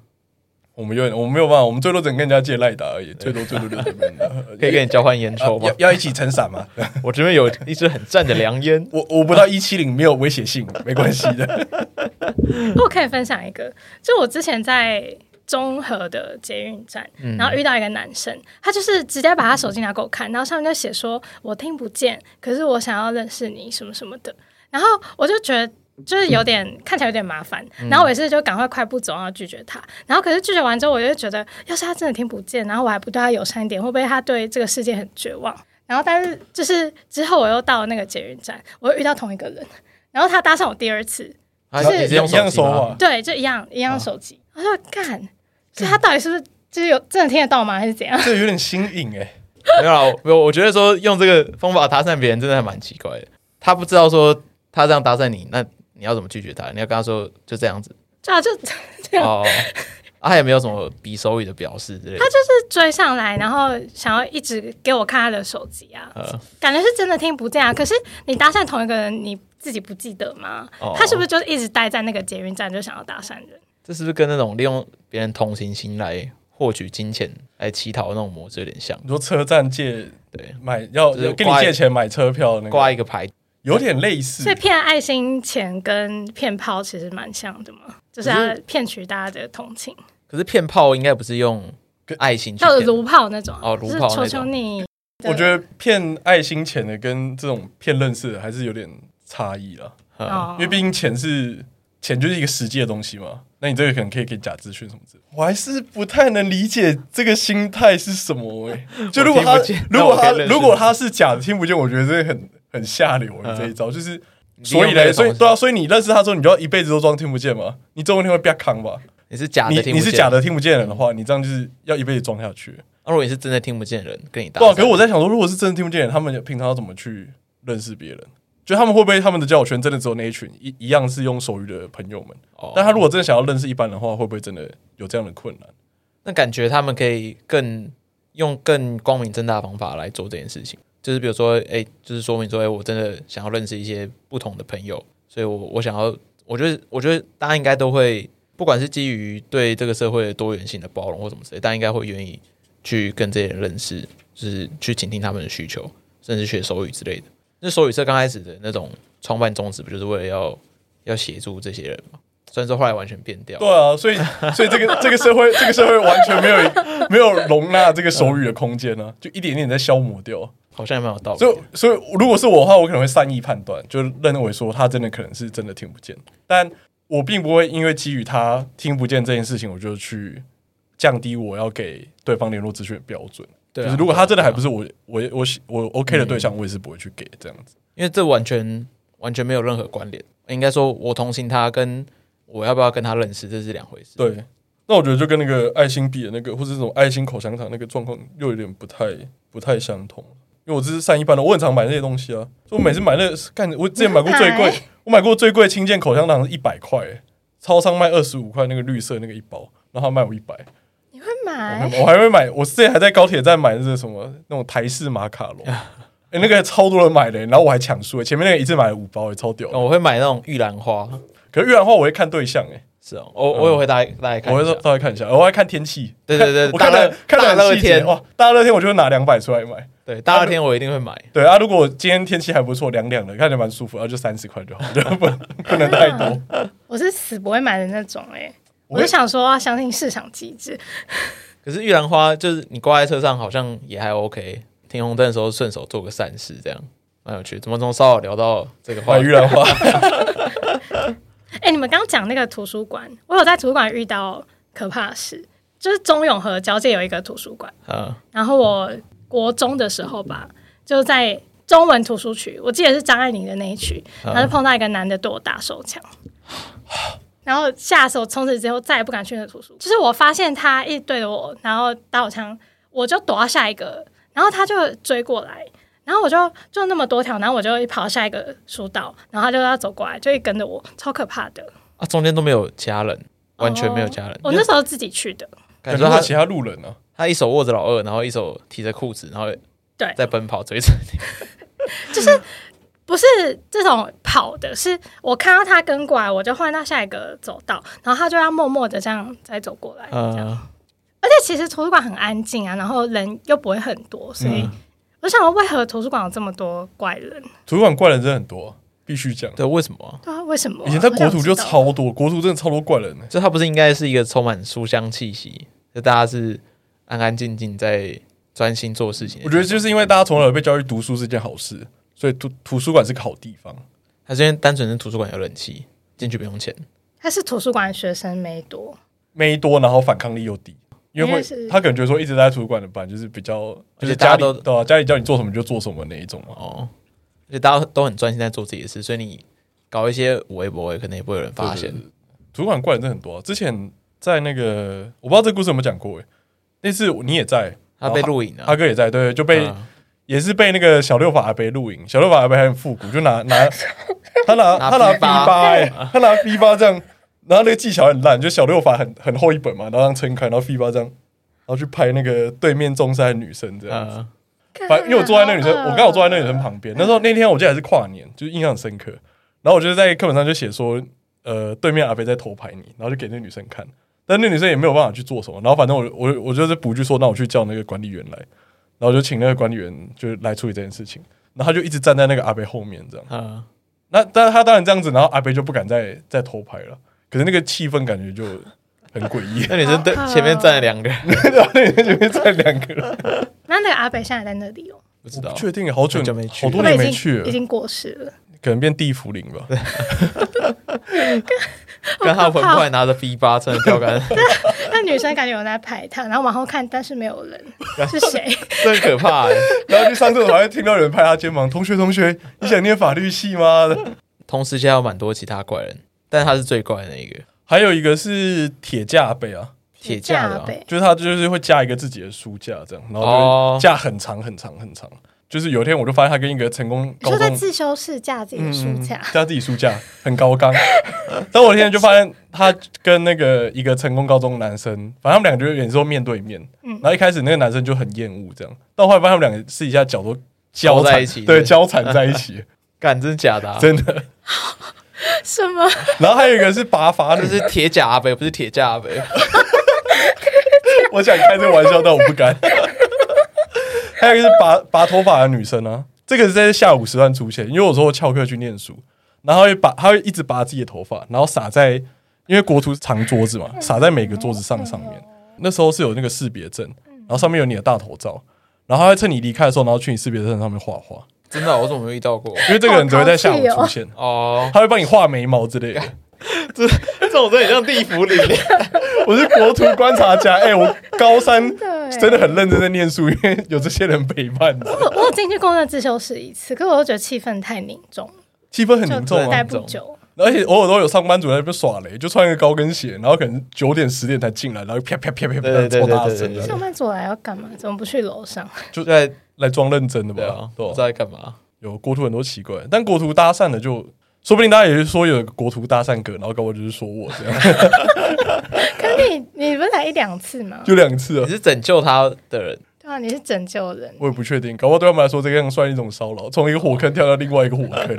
Speaker 2: 我们有点，我们没有办法，我们最多只能跟人家借赖打而已，最多最多就这边打。
Speaker 1: 可以跟你交换烟
Speaker 2: 啊
Speaker 1: 抽吗
Speaker 2: 要？要一起撑伞吗？
Speaker 1: 我这边呃有一支很赞的良烟。
Speaker 2: 我我不到一七零，没有威胁性，没关系 的。
Speaker 3: 我可以分享一个，就我之前在中和的捷运站，然后遇到一个男生，他就是直接把他手机拿给我看，然后上面就写说我听不见，可是我想要认识你什么什么的，然后我就觉得。就是有点看起来有点麻烦，然后我也是就赶快快步走，然后拒绝他。然后可是拒绝完之后，我就觉得，要是他真的听不见，然后我还不对他友善一点，会不会他对这个世界很绝望？然后但是就是之后我又到了那个捷运站，我又遇到同一个人，然后他搭上我第二次，
Speaker 1: 啊
Speaker 3: 是
Speaker 1: 你是用
Speaker 2: 一样
Speaker 1: 手机
Speaker 2: 手
Speaker 1: 吗
Speaker 2: 法？
Speaker 3: 对，就一样一
Speaker 1: 啊
Speaker 3: 样手机。我说干，所以他到底是不是就是有真的听得到吗？还是 怎样？
Speaker 2: 这有点新颖哎。
Speaker 1: 没有啦，我我我觉得说用这个方法搭讪别人真的还蛮奇怪的。他不知道说他这样搭讪你，那你要怎么拒绝他？你要跟他说就这样子
Speaker 3: 对啊，就这样，
Speaker 1: 哦， 啊他也没有什么比手语的表示之类的
Speaker 3: 他。就是追上来，然后想要一直给我看他的手机啊，
Speaker 1: 呃，
Speaker 3: 感觉是真的听不见啊。可是你搭讪同一个人，你自己不记得吗？
Speaker 1: 哦
Speaker 3: 他是不是就是一直待在那个捷运站就想要搭讪人？
Speaker 1: 这是不是跟那种利用别人同情心来获取金钱来乞讨的那种模式有点像？
Speaker 2: 你说车站借
Speaker 1: 对，
Speaker 2: 买要
Speaker 1: 就是
Speaker 2: 跟你
Speaker 1: 挂一
Speaker 2: 借钱买车票那
Speaker 1: 挂
Speaker 2: 个，
Speaker 1: 一个牌，
Speaker 2: 有点类似
Speaker 1: 嗯
Speaker 3: 所以。骗爱心钱跟骗炮其实蛮像的嘛，就是要
Speaker 1: 可是
Speaker 3: 骗取大家的同情，
Speaker 1: 可是骗炮应该不是用爱心去
Speaker 3: 还有
Speaker 1: 骗。
Speaker 3: 卢炮那种啊，
Speaker 1: 哦
Speaker 3: 就是
Speaker 1: 卢炮那
Speaker 3: 求
Speaker 1: 种
Speaker 3: 求你。
Speaker 2: 我觉得骗爱心钱的跟这种骗认识的还是有点差异啦，
Speaker 1: 嗯
Speaker 3: 哦
Speaker 2: 因为毕竟钱是钱就是一个实际的东西嘛，那你这个可能可以给假资讯什么之类的。我还是不太能理解这个心态是什么诶、就如果他
Speaker 1: 我听不见
Speaker 2: 如果
Speaker 1: 那
Speaker 2: 他
Speaker 1: 我可以认识
Speaker 2: 如果他是假的听不见，我觉得这很很下流、欸
Speaker 1: 嗯
Speaker 2: 这一招就是。
Speaker 1: 你
Speaker 2: 所以
Speaker 1: 用那
Speaker 2: 嘞，
Speaker 1: 个
Speaker 2: 所以
Speaker 1: 东西
Speaker 2: 对啊，所以你认识他之后，你就要一辈子都装听不见嘛？你总有一天会被他扛吧？
Speaker 1: 你是假的
Speaker 2: 你
Speaker 1: 啊听不见，
Speaker 2: 你是假的听不见人的话，你这样就是要一辈子装下去。
Speaker 1: 那如果你是真的听不见人跟你搭
Speaker 2: 对、啊，
Speaker 1: 讪，
Speaker 2: 可是我在想说，如果是真的听不见人，他们平常要怎么去认识别人？就他们会不会他们的交友圈真的只有那一群一一样是用手语的朋友们？
Speaker 1: 哦
Speaker 2: 但他如果真的想要认识一般人的话，会不会真的有这样的困难？
Speaker 1: 那感觉他们可以更用更光明正大的方法来做这件事情，就是比如说，哎、就是说明说，哎、我真的想要认识一些不同的朋友，所以我我想要，我觉得，我觉得大家应该都会，不管是基于对这个社会的多元性的包容或什么之类，大家应该会愿意去跟这些人认识，就是去倾听他们的需求，甚至学手语之类的。那手语社刚开始的那种创办宗旨，不就是为了要要协助这些人嘛？虽然说后来完全变掉，
Speaker 2: 对啊，所以所以这个这个社会这个社会完全没有没有容纳这个手语的空间呢、就一点一点在消磨掉。
Speaker 1: 好像也蛮有道理的。
Speaker 2: 所以所以如果是我的话，我可能会善意判断，就认为说他真的可能是真的听不见，但我并不会因为基于他听不见这件事情，我就去降低我要给对方联络资讯的标准。
Speaker 1: 对嗯啊
Speaker 2: 就是如果他真的还不是我我我喜我 OK 的对象，我也是不会去给这样子。
Speaker 1: 因为这完全完全没有任何关联。应该说，我同情他跟我要不要跟他认识这是两回事。，
Speaker 2: 对，那我觉得就跟那个爱心笔的那个，或者这种爱心口香糖那个状况，又有点不太不太相同。因为我这是善意办的，我很常买那些东西啊。就我每次买那个，干，我之前买过最贵
Speaker 3: 买，
Speaker 2: 我买过最贵清健口香糖是一百块，欸超商卖二十五块那个绿色那个一包，然后他卖我一百。
Speaker 3: 你会
Speaker 2: 我
Speaker 3: 买？啊
Speaker 2: 还我还会买，我之前还在高铁站买那个什么那种台式马卡龙，哎、那个超多人买的、然后我还抢输、欸，前面那个一次买了五包、欸，超屌的。
Speaker 1: 哦我会买那种玉兰花，
Speaker 2: 可是越南话我会看对象、欸，
Speaker 1: 是哦，我我也会大概大概
Speaker 2: 哎，
Speaker 1: 看
Speaker 2: 我
Speaker 1: 一
Speaker 2: 会
Speaker 1: 下。
Speaker 2: 稍微看一下，我还看天气。
Speaker 1: 对对对，
Speaker 2: 我看
Speaker 1: 大
Speaker 2: 了
Speaker 1: 热
Speaker 2: 看
Speaker 1: 大
Speaker 2: 了
Speaker 1: 热
Speaker 2: 很细节
Speaker 1: 天，
Speaker 2: 哇，大热天我就会拿两百出来买。
Speaker 1: 对大热天我一定会买。
Speaker 2: 对啊，如果今天天气还不错，凉凉的，看着蛮舒服，然后就三十块就好， 就不不能太
Speaker 1: 哦
Speaker 2: 多。
Speaker 3: 我是死不会买的那种哎、欸
Speaker 2: 我
Speaker 3: 我
Speaker 2: 会
Speaker 3: 就想说要相信市场机制，
Speaker 1: 可是玉兰花就是你挂在车上，好像也还 OK。停红灯的时候顺手做个善事，这样蛮有趣。怎么从骚扰聊到这个话
Speaker 2: 买
Speaker 1: 题
Speaker 2: 玉？兰花，
Speaker 3: 哎、你们刚刚讲那个图书馆，我有在图书馆遇到可怕的事，就是中永和交界有一个图书馆，
Speaker 1: 啊，
Speaker 3: 然后我国中的时候吧，就在中文图书区，我记得是张爱玲的那一区，
Speaker 1: 嗯
Speaker 3: 然后就碰到一个男的对我打手枪。然后吓死我！从此之后再也不敢去那图书馆。就是我发现他一对着我，然后打我枪，我就躲到下一个，然后他就追过来，然后我就就那么多条，然后我就一跑到下一个书道，然后他就要走过来，就一跟着我，超可怕的。
Speaker 1: 啊，中间都没有家人，完全没有家人。
Speaker 3: 我哦那时候自己去的，
Speaker 1: 感
Speaker 2: 感
Speaker 1: 觉
Speaker 2: 觉
Speaker 1: 他
Speaker 2: 他其他路人啊，
Speaker 1: 他一手握着老二，然后一手提着裤子，然后
Speaker 3: 对
Speaker 1: 在奔跑追着你。
Speaker 3: 不是这种跑的，是我看到他跟过来，我就换到下一个走道，然后他就要默默的这样再走过来。这样，
Speaker 2: 呃
Speaker 1: 嗯，
Speaker 3: 而且其实图书馆很安静啊，然后人又不会很多，所
Speaker 2: 嗯
Speaker 3: 以我想，为何图书馆有这么多怪人？
Speaker 2: 图书馆怪人真的很多、啊必须讲。
Speaker 1: 对，为什么啊？
Speaker 3: 对啊，为什么啊、
Speaker 2: 以前在
Speaker 3: 我
Speaker 2: 国
Speaker 3: 想
Speaker 2: 图就
Speaker 3: 知道，
Speaker 2: 超多，国图真的超多怪人、欸。
Speaker 1: 就它不是应该是一个充满书香气息，就大家是安安静静在专心做事情的地
Speaker 2: 我
Speaker 1: 方。
Speaker 2: 觉得就是因为大家从小被教育读书是件好事，所以图图书馆是个好地方。
Speaker 1: 他今天单纯是图书馆有冷气，进去不用钱。
Speaker 3: 他是图书馆学生没多，
Speaker 2: 没多，然后反抗力又低，因为
Speaker 3: 因为
Speaker 2: 会
Speaker 3: 是
Speaker 2: 他可能觉得说一直待在图书馆的班就是比较
Speaker 1: 而且
Speaker 2: 就是
Speaker 1: 大家
Speaker 2: 家里
Speaker 1: 都
Speaker 2: 对啊，家里叫你做什么就做什么那一种嘛。
Speaker 1: 哦，而且大家都很专心在做自己的事，所以你搞一些无微不微，可能也不会有人发现
Speaker 2: 对。对对图书馆怪人真的很多、啊。之前在那个我不知道这个故事有没有讲过诶、欸那次你也在，
Speaker 1: 他被录影了，
Speaker 2: 阿哥也在，对，就啊被、
Speaker 1: 嗯
Speaker 2: 也是被那个小六法阿伯录影，小六法阿伯还很复古，就拿 拿他拿
Speaker 1: 拿
Speaker 2: 他拿
Speaker 1: B
Speaker 2: B
Speaker 1: 八
Speaker 2: 八哎，他拿 B 八这样，然后那个技巧很烂，就小六法很很厚一本嘛，然后这样撑开，然后 B 八这样，然后去拍那个对面中山的女生这样子。
Speaker 1: 嗯
Speaker 2: 反正因为我坐在那女生，
Speaker 3: 嗯
Speaker 2: 我刚好坐在那女
Speaker 3: 里，
Speaker 2: 生旁边。那时候那天我记得还是跨年，就是印象很深刻。然后我就在课本上就写说，呃，对面阿飞在偷拍你，然后就给那女生看。但那女生也没有办法去做什么。然后反正我我我就是补句说，那我去叫那个管理员来，然后就请那个管理员就是来处理这件事情。然后他就一直站在那个阿飞后面这样。
Speaker 1: 嗯，
Speaker 2: 那但他当然这样子，然后阿飞就不敢再再偷拍了。可是那个气氛感觉就很诡异。
Speaker 1: 那女生对
Speaker 3: 好可爱哦
Speaker 1: 前面站了两个人，
Speaker 2: 然后那女生前面站两个人，
Speaker 3: 那那个阿北现在在那里哦，
Speaker 1: 不知
Speaker 2: 我
Speaker 1: 道
Speaker 2: 不。确定好久
Speaker 1: 很久没去
Speaker 2: 好多
Speaker 3: 他
Speaker 2: 年
Speaker 3: 们
Speaker 2: 没
Speaker 3: 已
Speaker 2: 去
Speaker 3: 经
Speaker 2: 了
Speaker 3: 已。经过世了。
Speaker 2: 可能变地府灵吧。
Speaker 1: 跟他魂
Speaker 3: 好可怕
Speaker 1: 块拿着 B 八撑着钓 竿，
Speaker 3: 那女生感觉有人在排他，然后往后看，但是没有 人，是谁？
Speaker 1: 真的可怕欸。
Speaker 2: 然后去上厕所还会听到有人拍他肩膀，同学同学，你想念法律系吗？
Speaker 1: 同时现在有蛮多其他怪人，但他是最怪的那一个，
Speaker 2: 还有一个是铁架背啊，
Speaker 1: 铁架的
Speaker 3: 阿
Speaker 1: 啊。
Speaker 3: 北，
Speaker 2: 就是他就是会架一个自己的书架这样，然后
Speaker 1: 哦
Speaker 2: 就是架很长很长很长。就是有一天我就发现他跟一个成功
Speaker 3: 你
Speaker 2: 高
Speaker 3: 说在
Speaker 2: 中
Speaker 3: 自修室架自己的书架，
Speaker 2: 架自己书架很高刚， 但我那天就发现他跟那个一个成功高中男生，反正他们两个就有点说面对面，
Speaker 3: 嗯
Speaker 2: 然后一开始那个男生就很厌恶这样，但我后来发现他们两个私底下脚都交
Speaker 1: 勾在
Speaker 2: 缠
Speaker 1: 一起
Speaker 2: 对，交缠在一 起，
Speaker 1: 干，真的假的啊？
Speaker 2: 真的。
Speaker 3: 什么？
Speaker 2: 然后还有一个是拔伐
Speaker 1: 这
Speaker 2: 女，
Speaker 1: 是铁甲阿北，不是铁架阿北。
Speaker 2: 我想开这个玩笑，但我 不敢。还有一个是拔拔头发的女生啊，这个是在下午时段出现，因为我说我翘课去念书，然后她会拔，她会一直拔自己的头发，然后撒在，因为国图长桌子
Speaker 1: 嗯
Speaker 2: 嘛，撒在每个桌子上上面。那时候是有那个识别证，然后上面有你的大头照，然后她会趁你离开的时候，然后去你识别证上面画画，
Speaker 1: 真的哦，我怎么没有遇到 过？
Speaker 2: 因为这个人只会在下午
Speaker 3: 好
Speaker 2: 出
Speaker 3: 淘
Speaker 2: 现，
Speaker 1: 哦，
Speaker 2: 他会帮你画眉毛之类的。
Speaker 1: 这种真的很像地府里面。
Speaker 2: 我是国图观察家，哎、我高三
Speaker 3: 的欸
Speaker 2: 真的很认真在念书，因为有这些人陪伴，
Speaker 3: 我我有进去过那自修室一次，可我又觉得气氛太凝重，
Speaker 2: 气氛很
Speaker 3: 就
Speaker 2: 凝重
Speaker 1: 对
Speaker 2: 啊
Speaker 3: 待。不久。
Speaker 2: 而且偶尔都有上班族在那边耍雷，就穿一个高跟鞋，然后可能九点十点才进来，然后啪啪啪啪啪
Speaker 4: 对对
Speaker 2: 超大
Speaker 4: 对对
Speaker 2: 声
Speaker 4: 对
Speaker 2: 的
Speaker 3: 上，班族来要干嘛？怎么不去楼上？
Speaker 1: 就在
Speaker 2: 来装认真的
Speaker 1: 对
Speaker 2: 吧
Speaker 1: 啊，，
Speaker 2: 对
Speaker 1: 不
Speaker 2: 吧
Speaker 1: 知道在干嘛。
Speaker 2: 有国图很多奇怪，但国图搭讪的就说不定大家也是说有个国图搭讪哥，然后搞我就是说我这样，
Speaker 3: 可是你你不是才一两次吗？
Speaker 2: 就两次
Speaker 1: 你
Speaker 2: 啊，
Speaker 1: 是拯救他的人，
Speaker 3: 对啊，你是拯救人，
Speaker 2: 我也不确定，搞不好对他们来说这个样算一种骚扰，从一个火坑跳到另外一个火坑，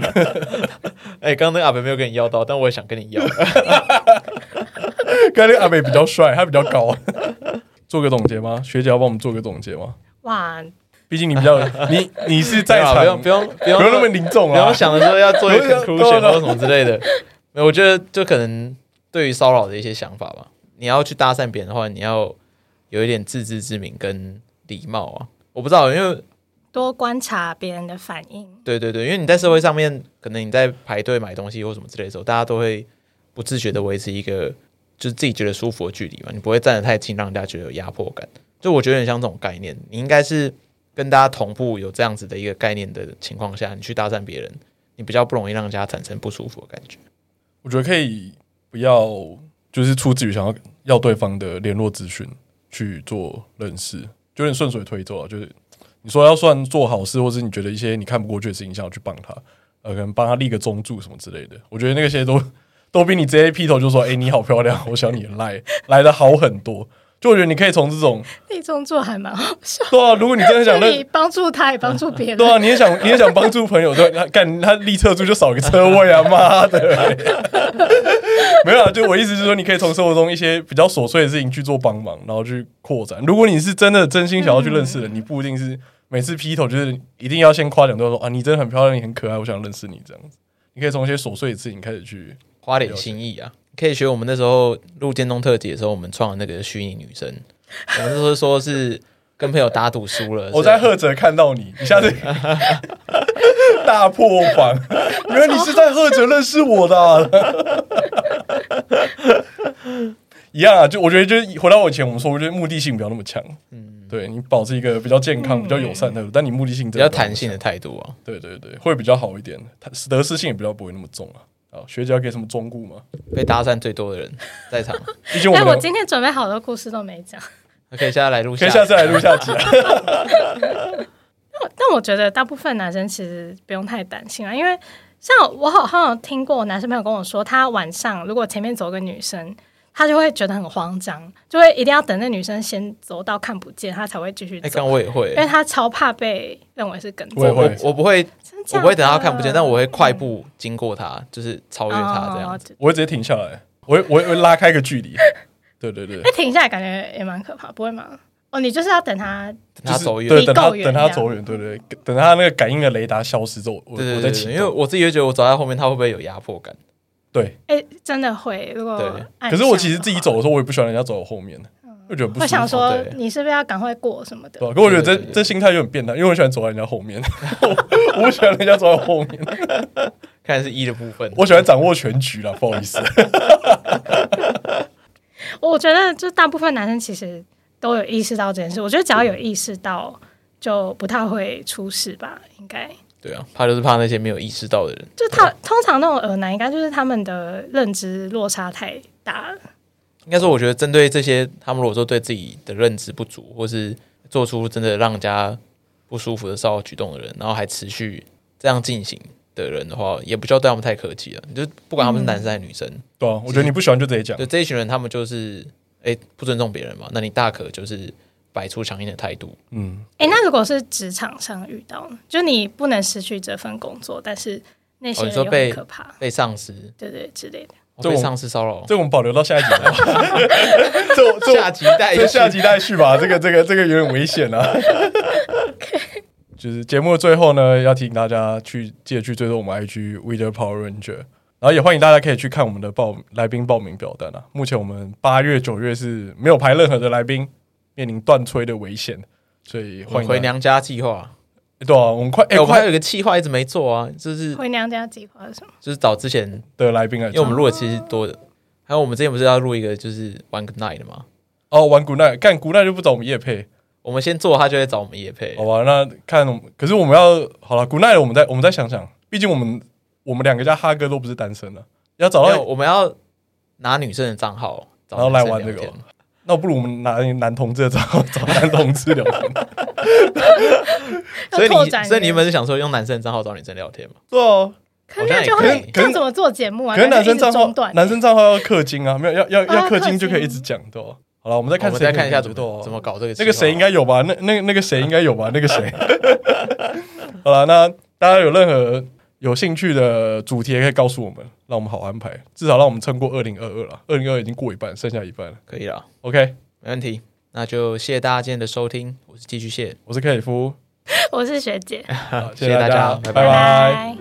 Speaker 1: 哎、刚刚那个阿北没有跟你要到，但我也想跟你 要。
Speaker 2: 刚才那个阿北比较帅，他比较高， 做个总结吗？学姐要帮我们做个总结吗？
Speaker 3: 哇！
Speaker 2: 毕竟你比 较你你是在场，
Speaker 1: 不用啊不用不
Speaker 2: 不
Speaker 1: 用
Speaker 2: 用那么凝重
Speaker 1: 不
Speaker 2: 啊
Speaker 1: 要，想着说要做一个
Speaker 2: 不要
Speaker 1: conclusion
Speaker 2: 对 啊
Speaker 1: 或什么之类的。没有，我觉得就可能对于骚扰的一些想法吧。你要去搭讪别人的话，你要有一点自知之明跟礼貌啊。我不知道，因为
Speaker 3: 多观察别人的反应，
Speaker 1: 对对对，因为你在社会上面，可能你在排队买东西或什么之类的时候，大家都会不自觉的维持一个就是自己觉得舒服的距离嘛，你不会站得太近，让人家觉得有压迫感。就我觉得很像这种概念，你应该是跟大家同步有这样子的一个概念的情况下，你去搭讪别人，你比较不容易让人家产生不舒服的感觉。
Speaker 2: 我觉得可以不要就是出自于想要要对方的联络资讯去做认识，就有点顺水推舟啊。就是你说要算做好事，或是你觉得一些你看不过去的事情，想要去帮他，呃，可能帮他立个中柱什么之类的。我觉得那个些都都比你直接劈头就说“哎、你好漂亮，我想你的赖”来的好很多。就我觉得你可以从这种
Speaker 3: 立中做还蛮好笑。
Speaker 2: 对啊，如果你真的想
Speaker 3: 就
Speaker 2: 认
Speaker 3: 你帮助他，也帮助别人。
Speaker 2: 对啊，你也想你也想帮助朋友，对，他干他立侧柱就少一个车位啊，妈的！ 没有啊，就我意思就是说，你可以从生活中一些比较琐碎的事情去做帮忙，然后去扩展。如果你是真的真心想要去认识的，你不一定是每次劈头就是一定要先夸两句说啊，你真的很漂亮，你很可爱，我想认识你这样子。你可以从一些琐碎的事情开始去，
Speaker 1: 花点心意啊，可以学我们那时候录建中特辑的时候，我们创的那个虚拟女神，我们那时候说是跟朋友打赌输了， 所
Speaker 2: 我
Speaker 1: 以
Speaker 2: 在赫哲看到你，你下次 大破防，原来你是在赫哲认识我的啊、一样啊，就我觉得就是回到我以前我们说，我觉得目的性不要那么强，嗯，对你保持一个比较健康、比较友善的态度，但你目的性
Speaker 1: 嗯比
Speaker 2: 真
Speaker 1: 较
Speaker 2: 的不要那么
Speaker 1: 弹性的态度啊。
Speaker 2: 强，对对对，会比较好一点，它得失性也比较不会那么重啊。好，学姐要给什么忠告吗？
Speaker 1: 被搭讪最多的人在 场，
Speaker 2: 毕竟我
Speaker 3: 哎，
Speaker 2: 们
Speaker 3: 我
Speaker 2: 两个
Speaker 3: 今天准备好多故事都没讲，
Speaker 1: 可以现在来录
Speaker 2: 可
Speaker 1: 下
Speaker 2: 以。下次来录下集啊。
Speaker 3: 但我觉得大部分男生其实不用太担心啊，因为像我好像有听过我男生朋友跟我说，他晚上如果前面走个女生，他就会觉得很慌张，就会一定要等那女生先走到看不见，他才会继续
Speaker 1: 哎，
Speaker 3: 走，
Speaker 1: 刚我也会
Speaker 3: 因，为他超怕被认为是跟
Speaker 2: 我也
Speaker 3: 踪。
Speaker 1: 我
Speaker 2: 会
Speaker 1: 我不会，
Speaker 3: 真
Speaker 1: 我
Speaker 3: 假的
Speaker 1: 不会等到他看不见，但我会快步经过他，就是超越他这样。
Speaker 3: 子。
Speaker 2: 我会直接停下来，我会我会我会拉开一个距离。对对对
Speaker 3: 哎、，停下来感觉也蛮可怕，不会吗？哦，你就是要等他，
Speaker 1: 等他走远，
Speaker 2: 对，
Speaker 3: 你
Speaker 2: 等他
Speaker 3: 够远
Speaker 2: 等
Speaker 3: 这
Speaker 2: 他
Speaker 3: 样
Speaker 2: 走远，对对，对等他那个感应的雷达消失之后，我
Speaker 1: 对
Speaker 2: 我
Speaker 1: 对
Speaker 2: 再
Speaker 1: 对
Speaker 2: 启
Speaker 1: 对，
Speaker 2: 动，
Speaker 1: 因为我自己会觉得我走在后面他会不会有压迫感？
Speaker 2: 对。
Speaker 3: 哎、真的会。如果
Speaker 1: 对
Speaker 3: 按
Speaker 2: 可是我
Speaker 3: 下
Speaker 2: 其实
Speaker 3: 的
Speaker 2: 自己
Speaker 3: 话，
Speaker 2: 走的时候，我也不喜欢人家走我后面，我觉得很不舒服。
Speaker 3: 嗯会想说
Speaker 1: 对
Speaker 3: 你是不是要赶快过什么的
Speaker 2: 对。吧？可我觉得这
Speaker 1: 对对对
Speaker 2: 这心态有点变态，因为我很喜欢走在人家后面，我我不喜欢人家走在我后面，
Speaker 1: 看来是一的部分。
Speaker 2: 我喜欢掌握全局了，不好意思。
Speaker 3: 我觉得就大部分男生其实都有意识到这件事。我觉得只要有意识到，就不太会出事吧，应该。
Speaker 1: 对啊，怕就是怕那些没有意识到的人。
Speaker 3: 就他通常那种耳男，应该就是他们的认知落差太大了。
Speaker 1: 应该说，我觉得针对这些，他们如果说对自己的认知不足，或是做出真的让人家不舒服的骚扰举动的人，然后还持续这样进行的人的话，也不需要对他们太客气了。你就不管他们是男生还是女生，
Speaker 2: 对啊，我觉得你不喜欢就直接讲
Speaker 1: 就，这一群人，他们就是哎、不尊重别人嘛，那你大可就是摆出强硬的态度。
Speaker 2: 嗯，
Speaker 3: 哎、那如果是职场上遇到呢，就你不能失去这份工作，但是那些
Speaker 1: 哦你
Speaker 3: 人
Speaker 1: 说
Speaker 3: 又
Speaker 1: 被
Speaker 3: 很可怕，
Speaker 1: 被上司
Speaker 3: 对对之类的。
Speaker 1: 哦
Speaker 2: 这我
Speaker 1: 被上司骚扰，
Speaker 2: 这我们保留到下一集吧。这我这我
Speaker 1: 下集待
Speaker 2: 这哎下集待续吧，这个这个这个有点危险啊。就是节目的最后呢，要提醒大家去记得去追踪我们 IG Weather Power Ranger，然后也欢迎大家可以去看我们的报来宾报名表单啊。目前我们八月九月是没有排任何的来宾，面临断吹的危险，所以欢迎
Speaker 1: 回
Speaker 2: 大家。
Speaker 1: 娘家计划。
Speaker 2: 对啊，我们快哎、
Speaker 1: 哎、我们还
Speaker 2: 快
Speaker 1: 有一个计划一直没做啊，就是
Speaker 3: 回娘家计划是什么？
Speaker 1: 就是找之前
Speaker 2: 的来宾来
Speaker 1: 因为我们录的其实多的，还有我们之前不是要录一个就是 One Good Night 的吗？
Speaker 2: 哦玩古奈干古奈就不找我们叶配，
Speaker 1: 我们先做，他就会找我们叶配
Speaker 2: 好。吧？那看我们可是我们要好了，古奈我们再我们再想想，毕竟我们我们两个加哈哥都不是单身的、啊要找
Speaker 1: 没
Speaker 2: 到
Speaker 1: 有，我们要拿女生的账号，
Speaker 2: 哎然后来玩这
Speaker 1: 这
Speaker 2: 个哦。那不如我们拿男同志的账号找男同志聊天。
Speaker 1: 所以
Speaker 3: 要拓展
Speaker 1: 你，所以
Speaker 3: 一
Speaker 1: 你
Speaker 3: 个
Speaker 1: 原本是想说用男生的账号找女生聊天嘛？
Speaker 2: 对啊，
Speaker 3: 可是那就
Speaker 1: 好像也
Speaker 3: 会
Speaker 1: 可以
Speaker 3: 这样怎么做节目啊？
Speaker 2: 可是男
Speaker 3: 就
Speaker 2: 生
Speaker 3: 一直
Speaker 2: 账号
Speaker 3: 中断，
Speaker 2: 男生账号要氪金啊，没有要要
Speaker 3: 啊
Speaker 2: 要氪金就可以
Speaker 3: 氪金
Speaker 2: 一直讲对吧？好了，我们再
Speaker 1: 哦我
Speaker 2: 看
Speaker 1: 们
Speaker 2: 谁
Speaker 1: 再看一下
Speaker 2: 可
Speaker 1: 怎
Speaker 2: 以解决对
Speaker 1: 么
Speaker 2: 啊
Speaker 1: 怎么搞这个计划。
Speaker 2: 那个谁应该有吧？那那那个谁应该有吧？那个谁， 好了，那大家有任何有兴趣的主题也可以告诉我们，让我们好安排，至少让我们撑过二零二二了。二零二已经过一半，剩下一半了。
Speaker 1: 可以了，
Speaker 2: OK，
Speaker 1: 没问题。那就谢谢大家今天的收听，我是寄居蟹，
Speaker 2: 我是克里夫，
Speaker 3: 我是学姐，
Speaker 2: 好
Speaker 1: 谢谢大家拜
Speaker 2: 拜
Speaker 3: 拜。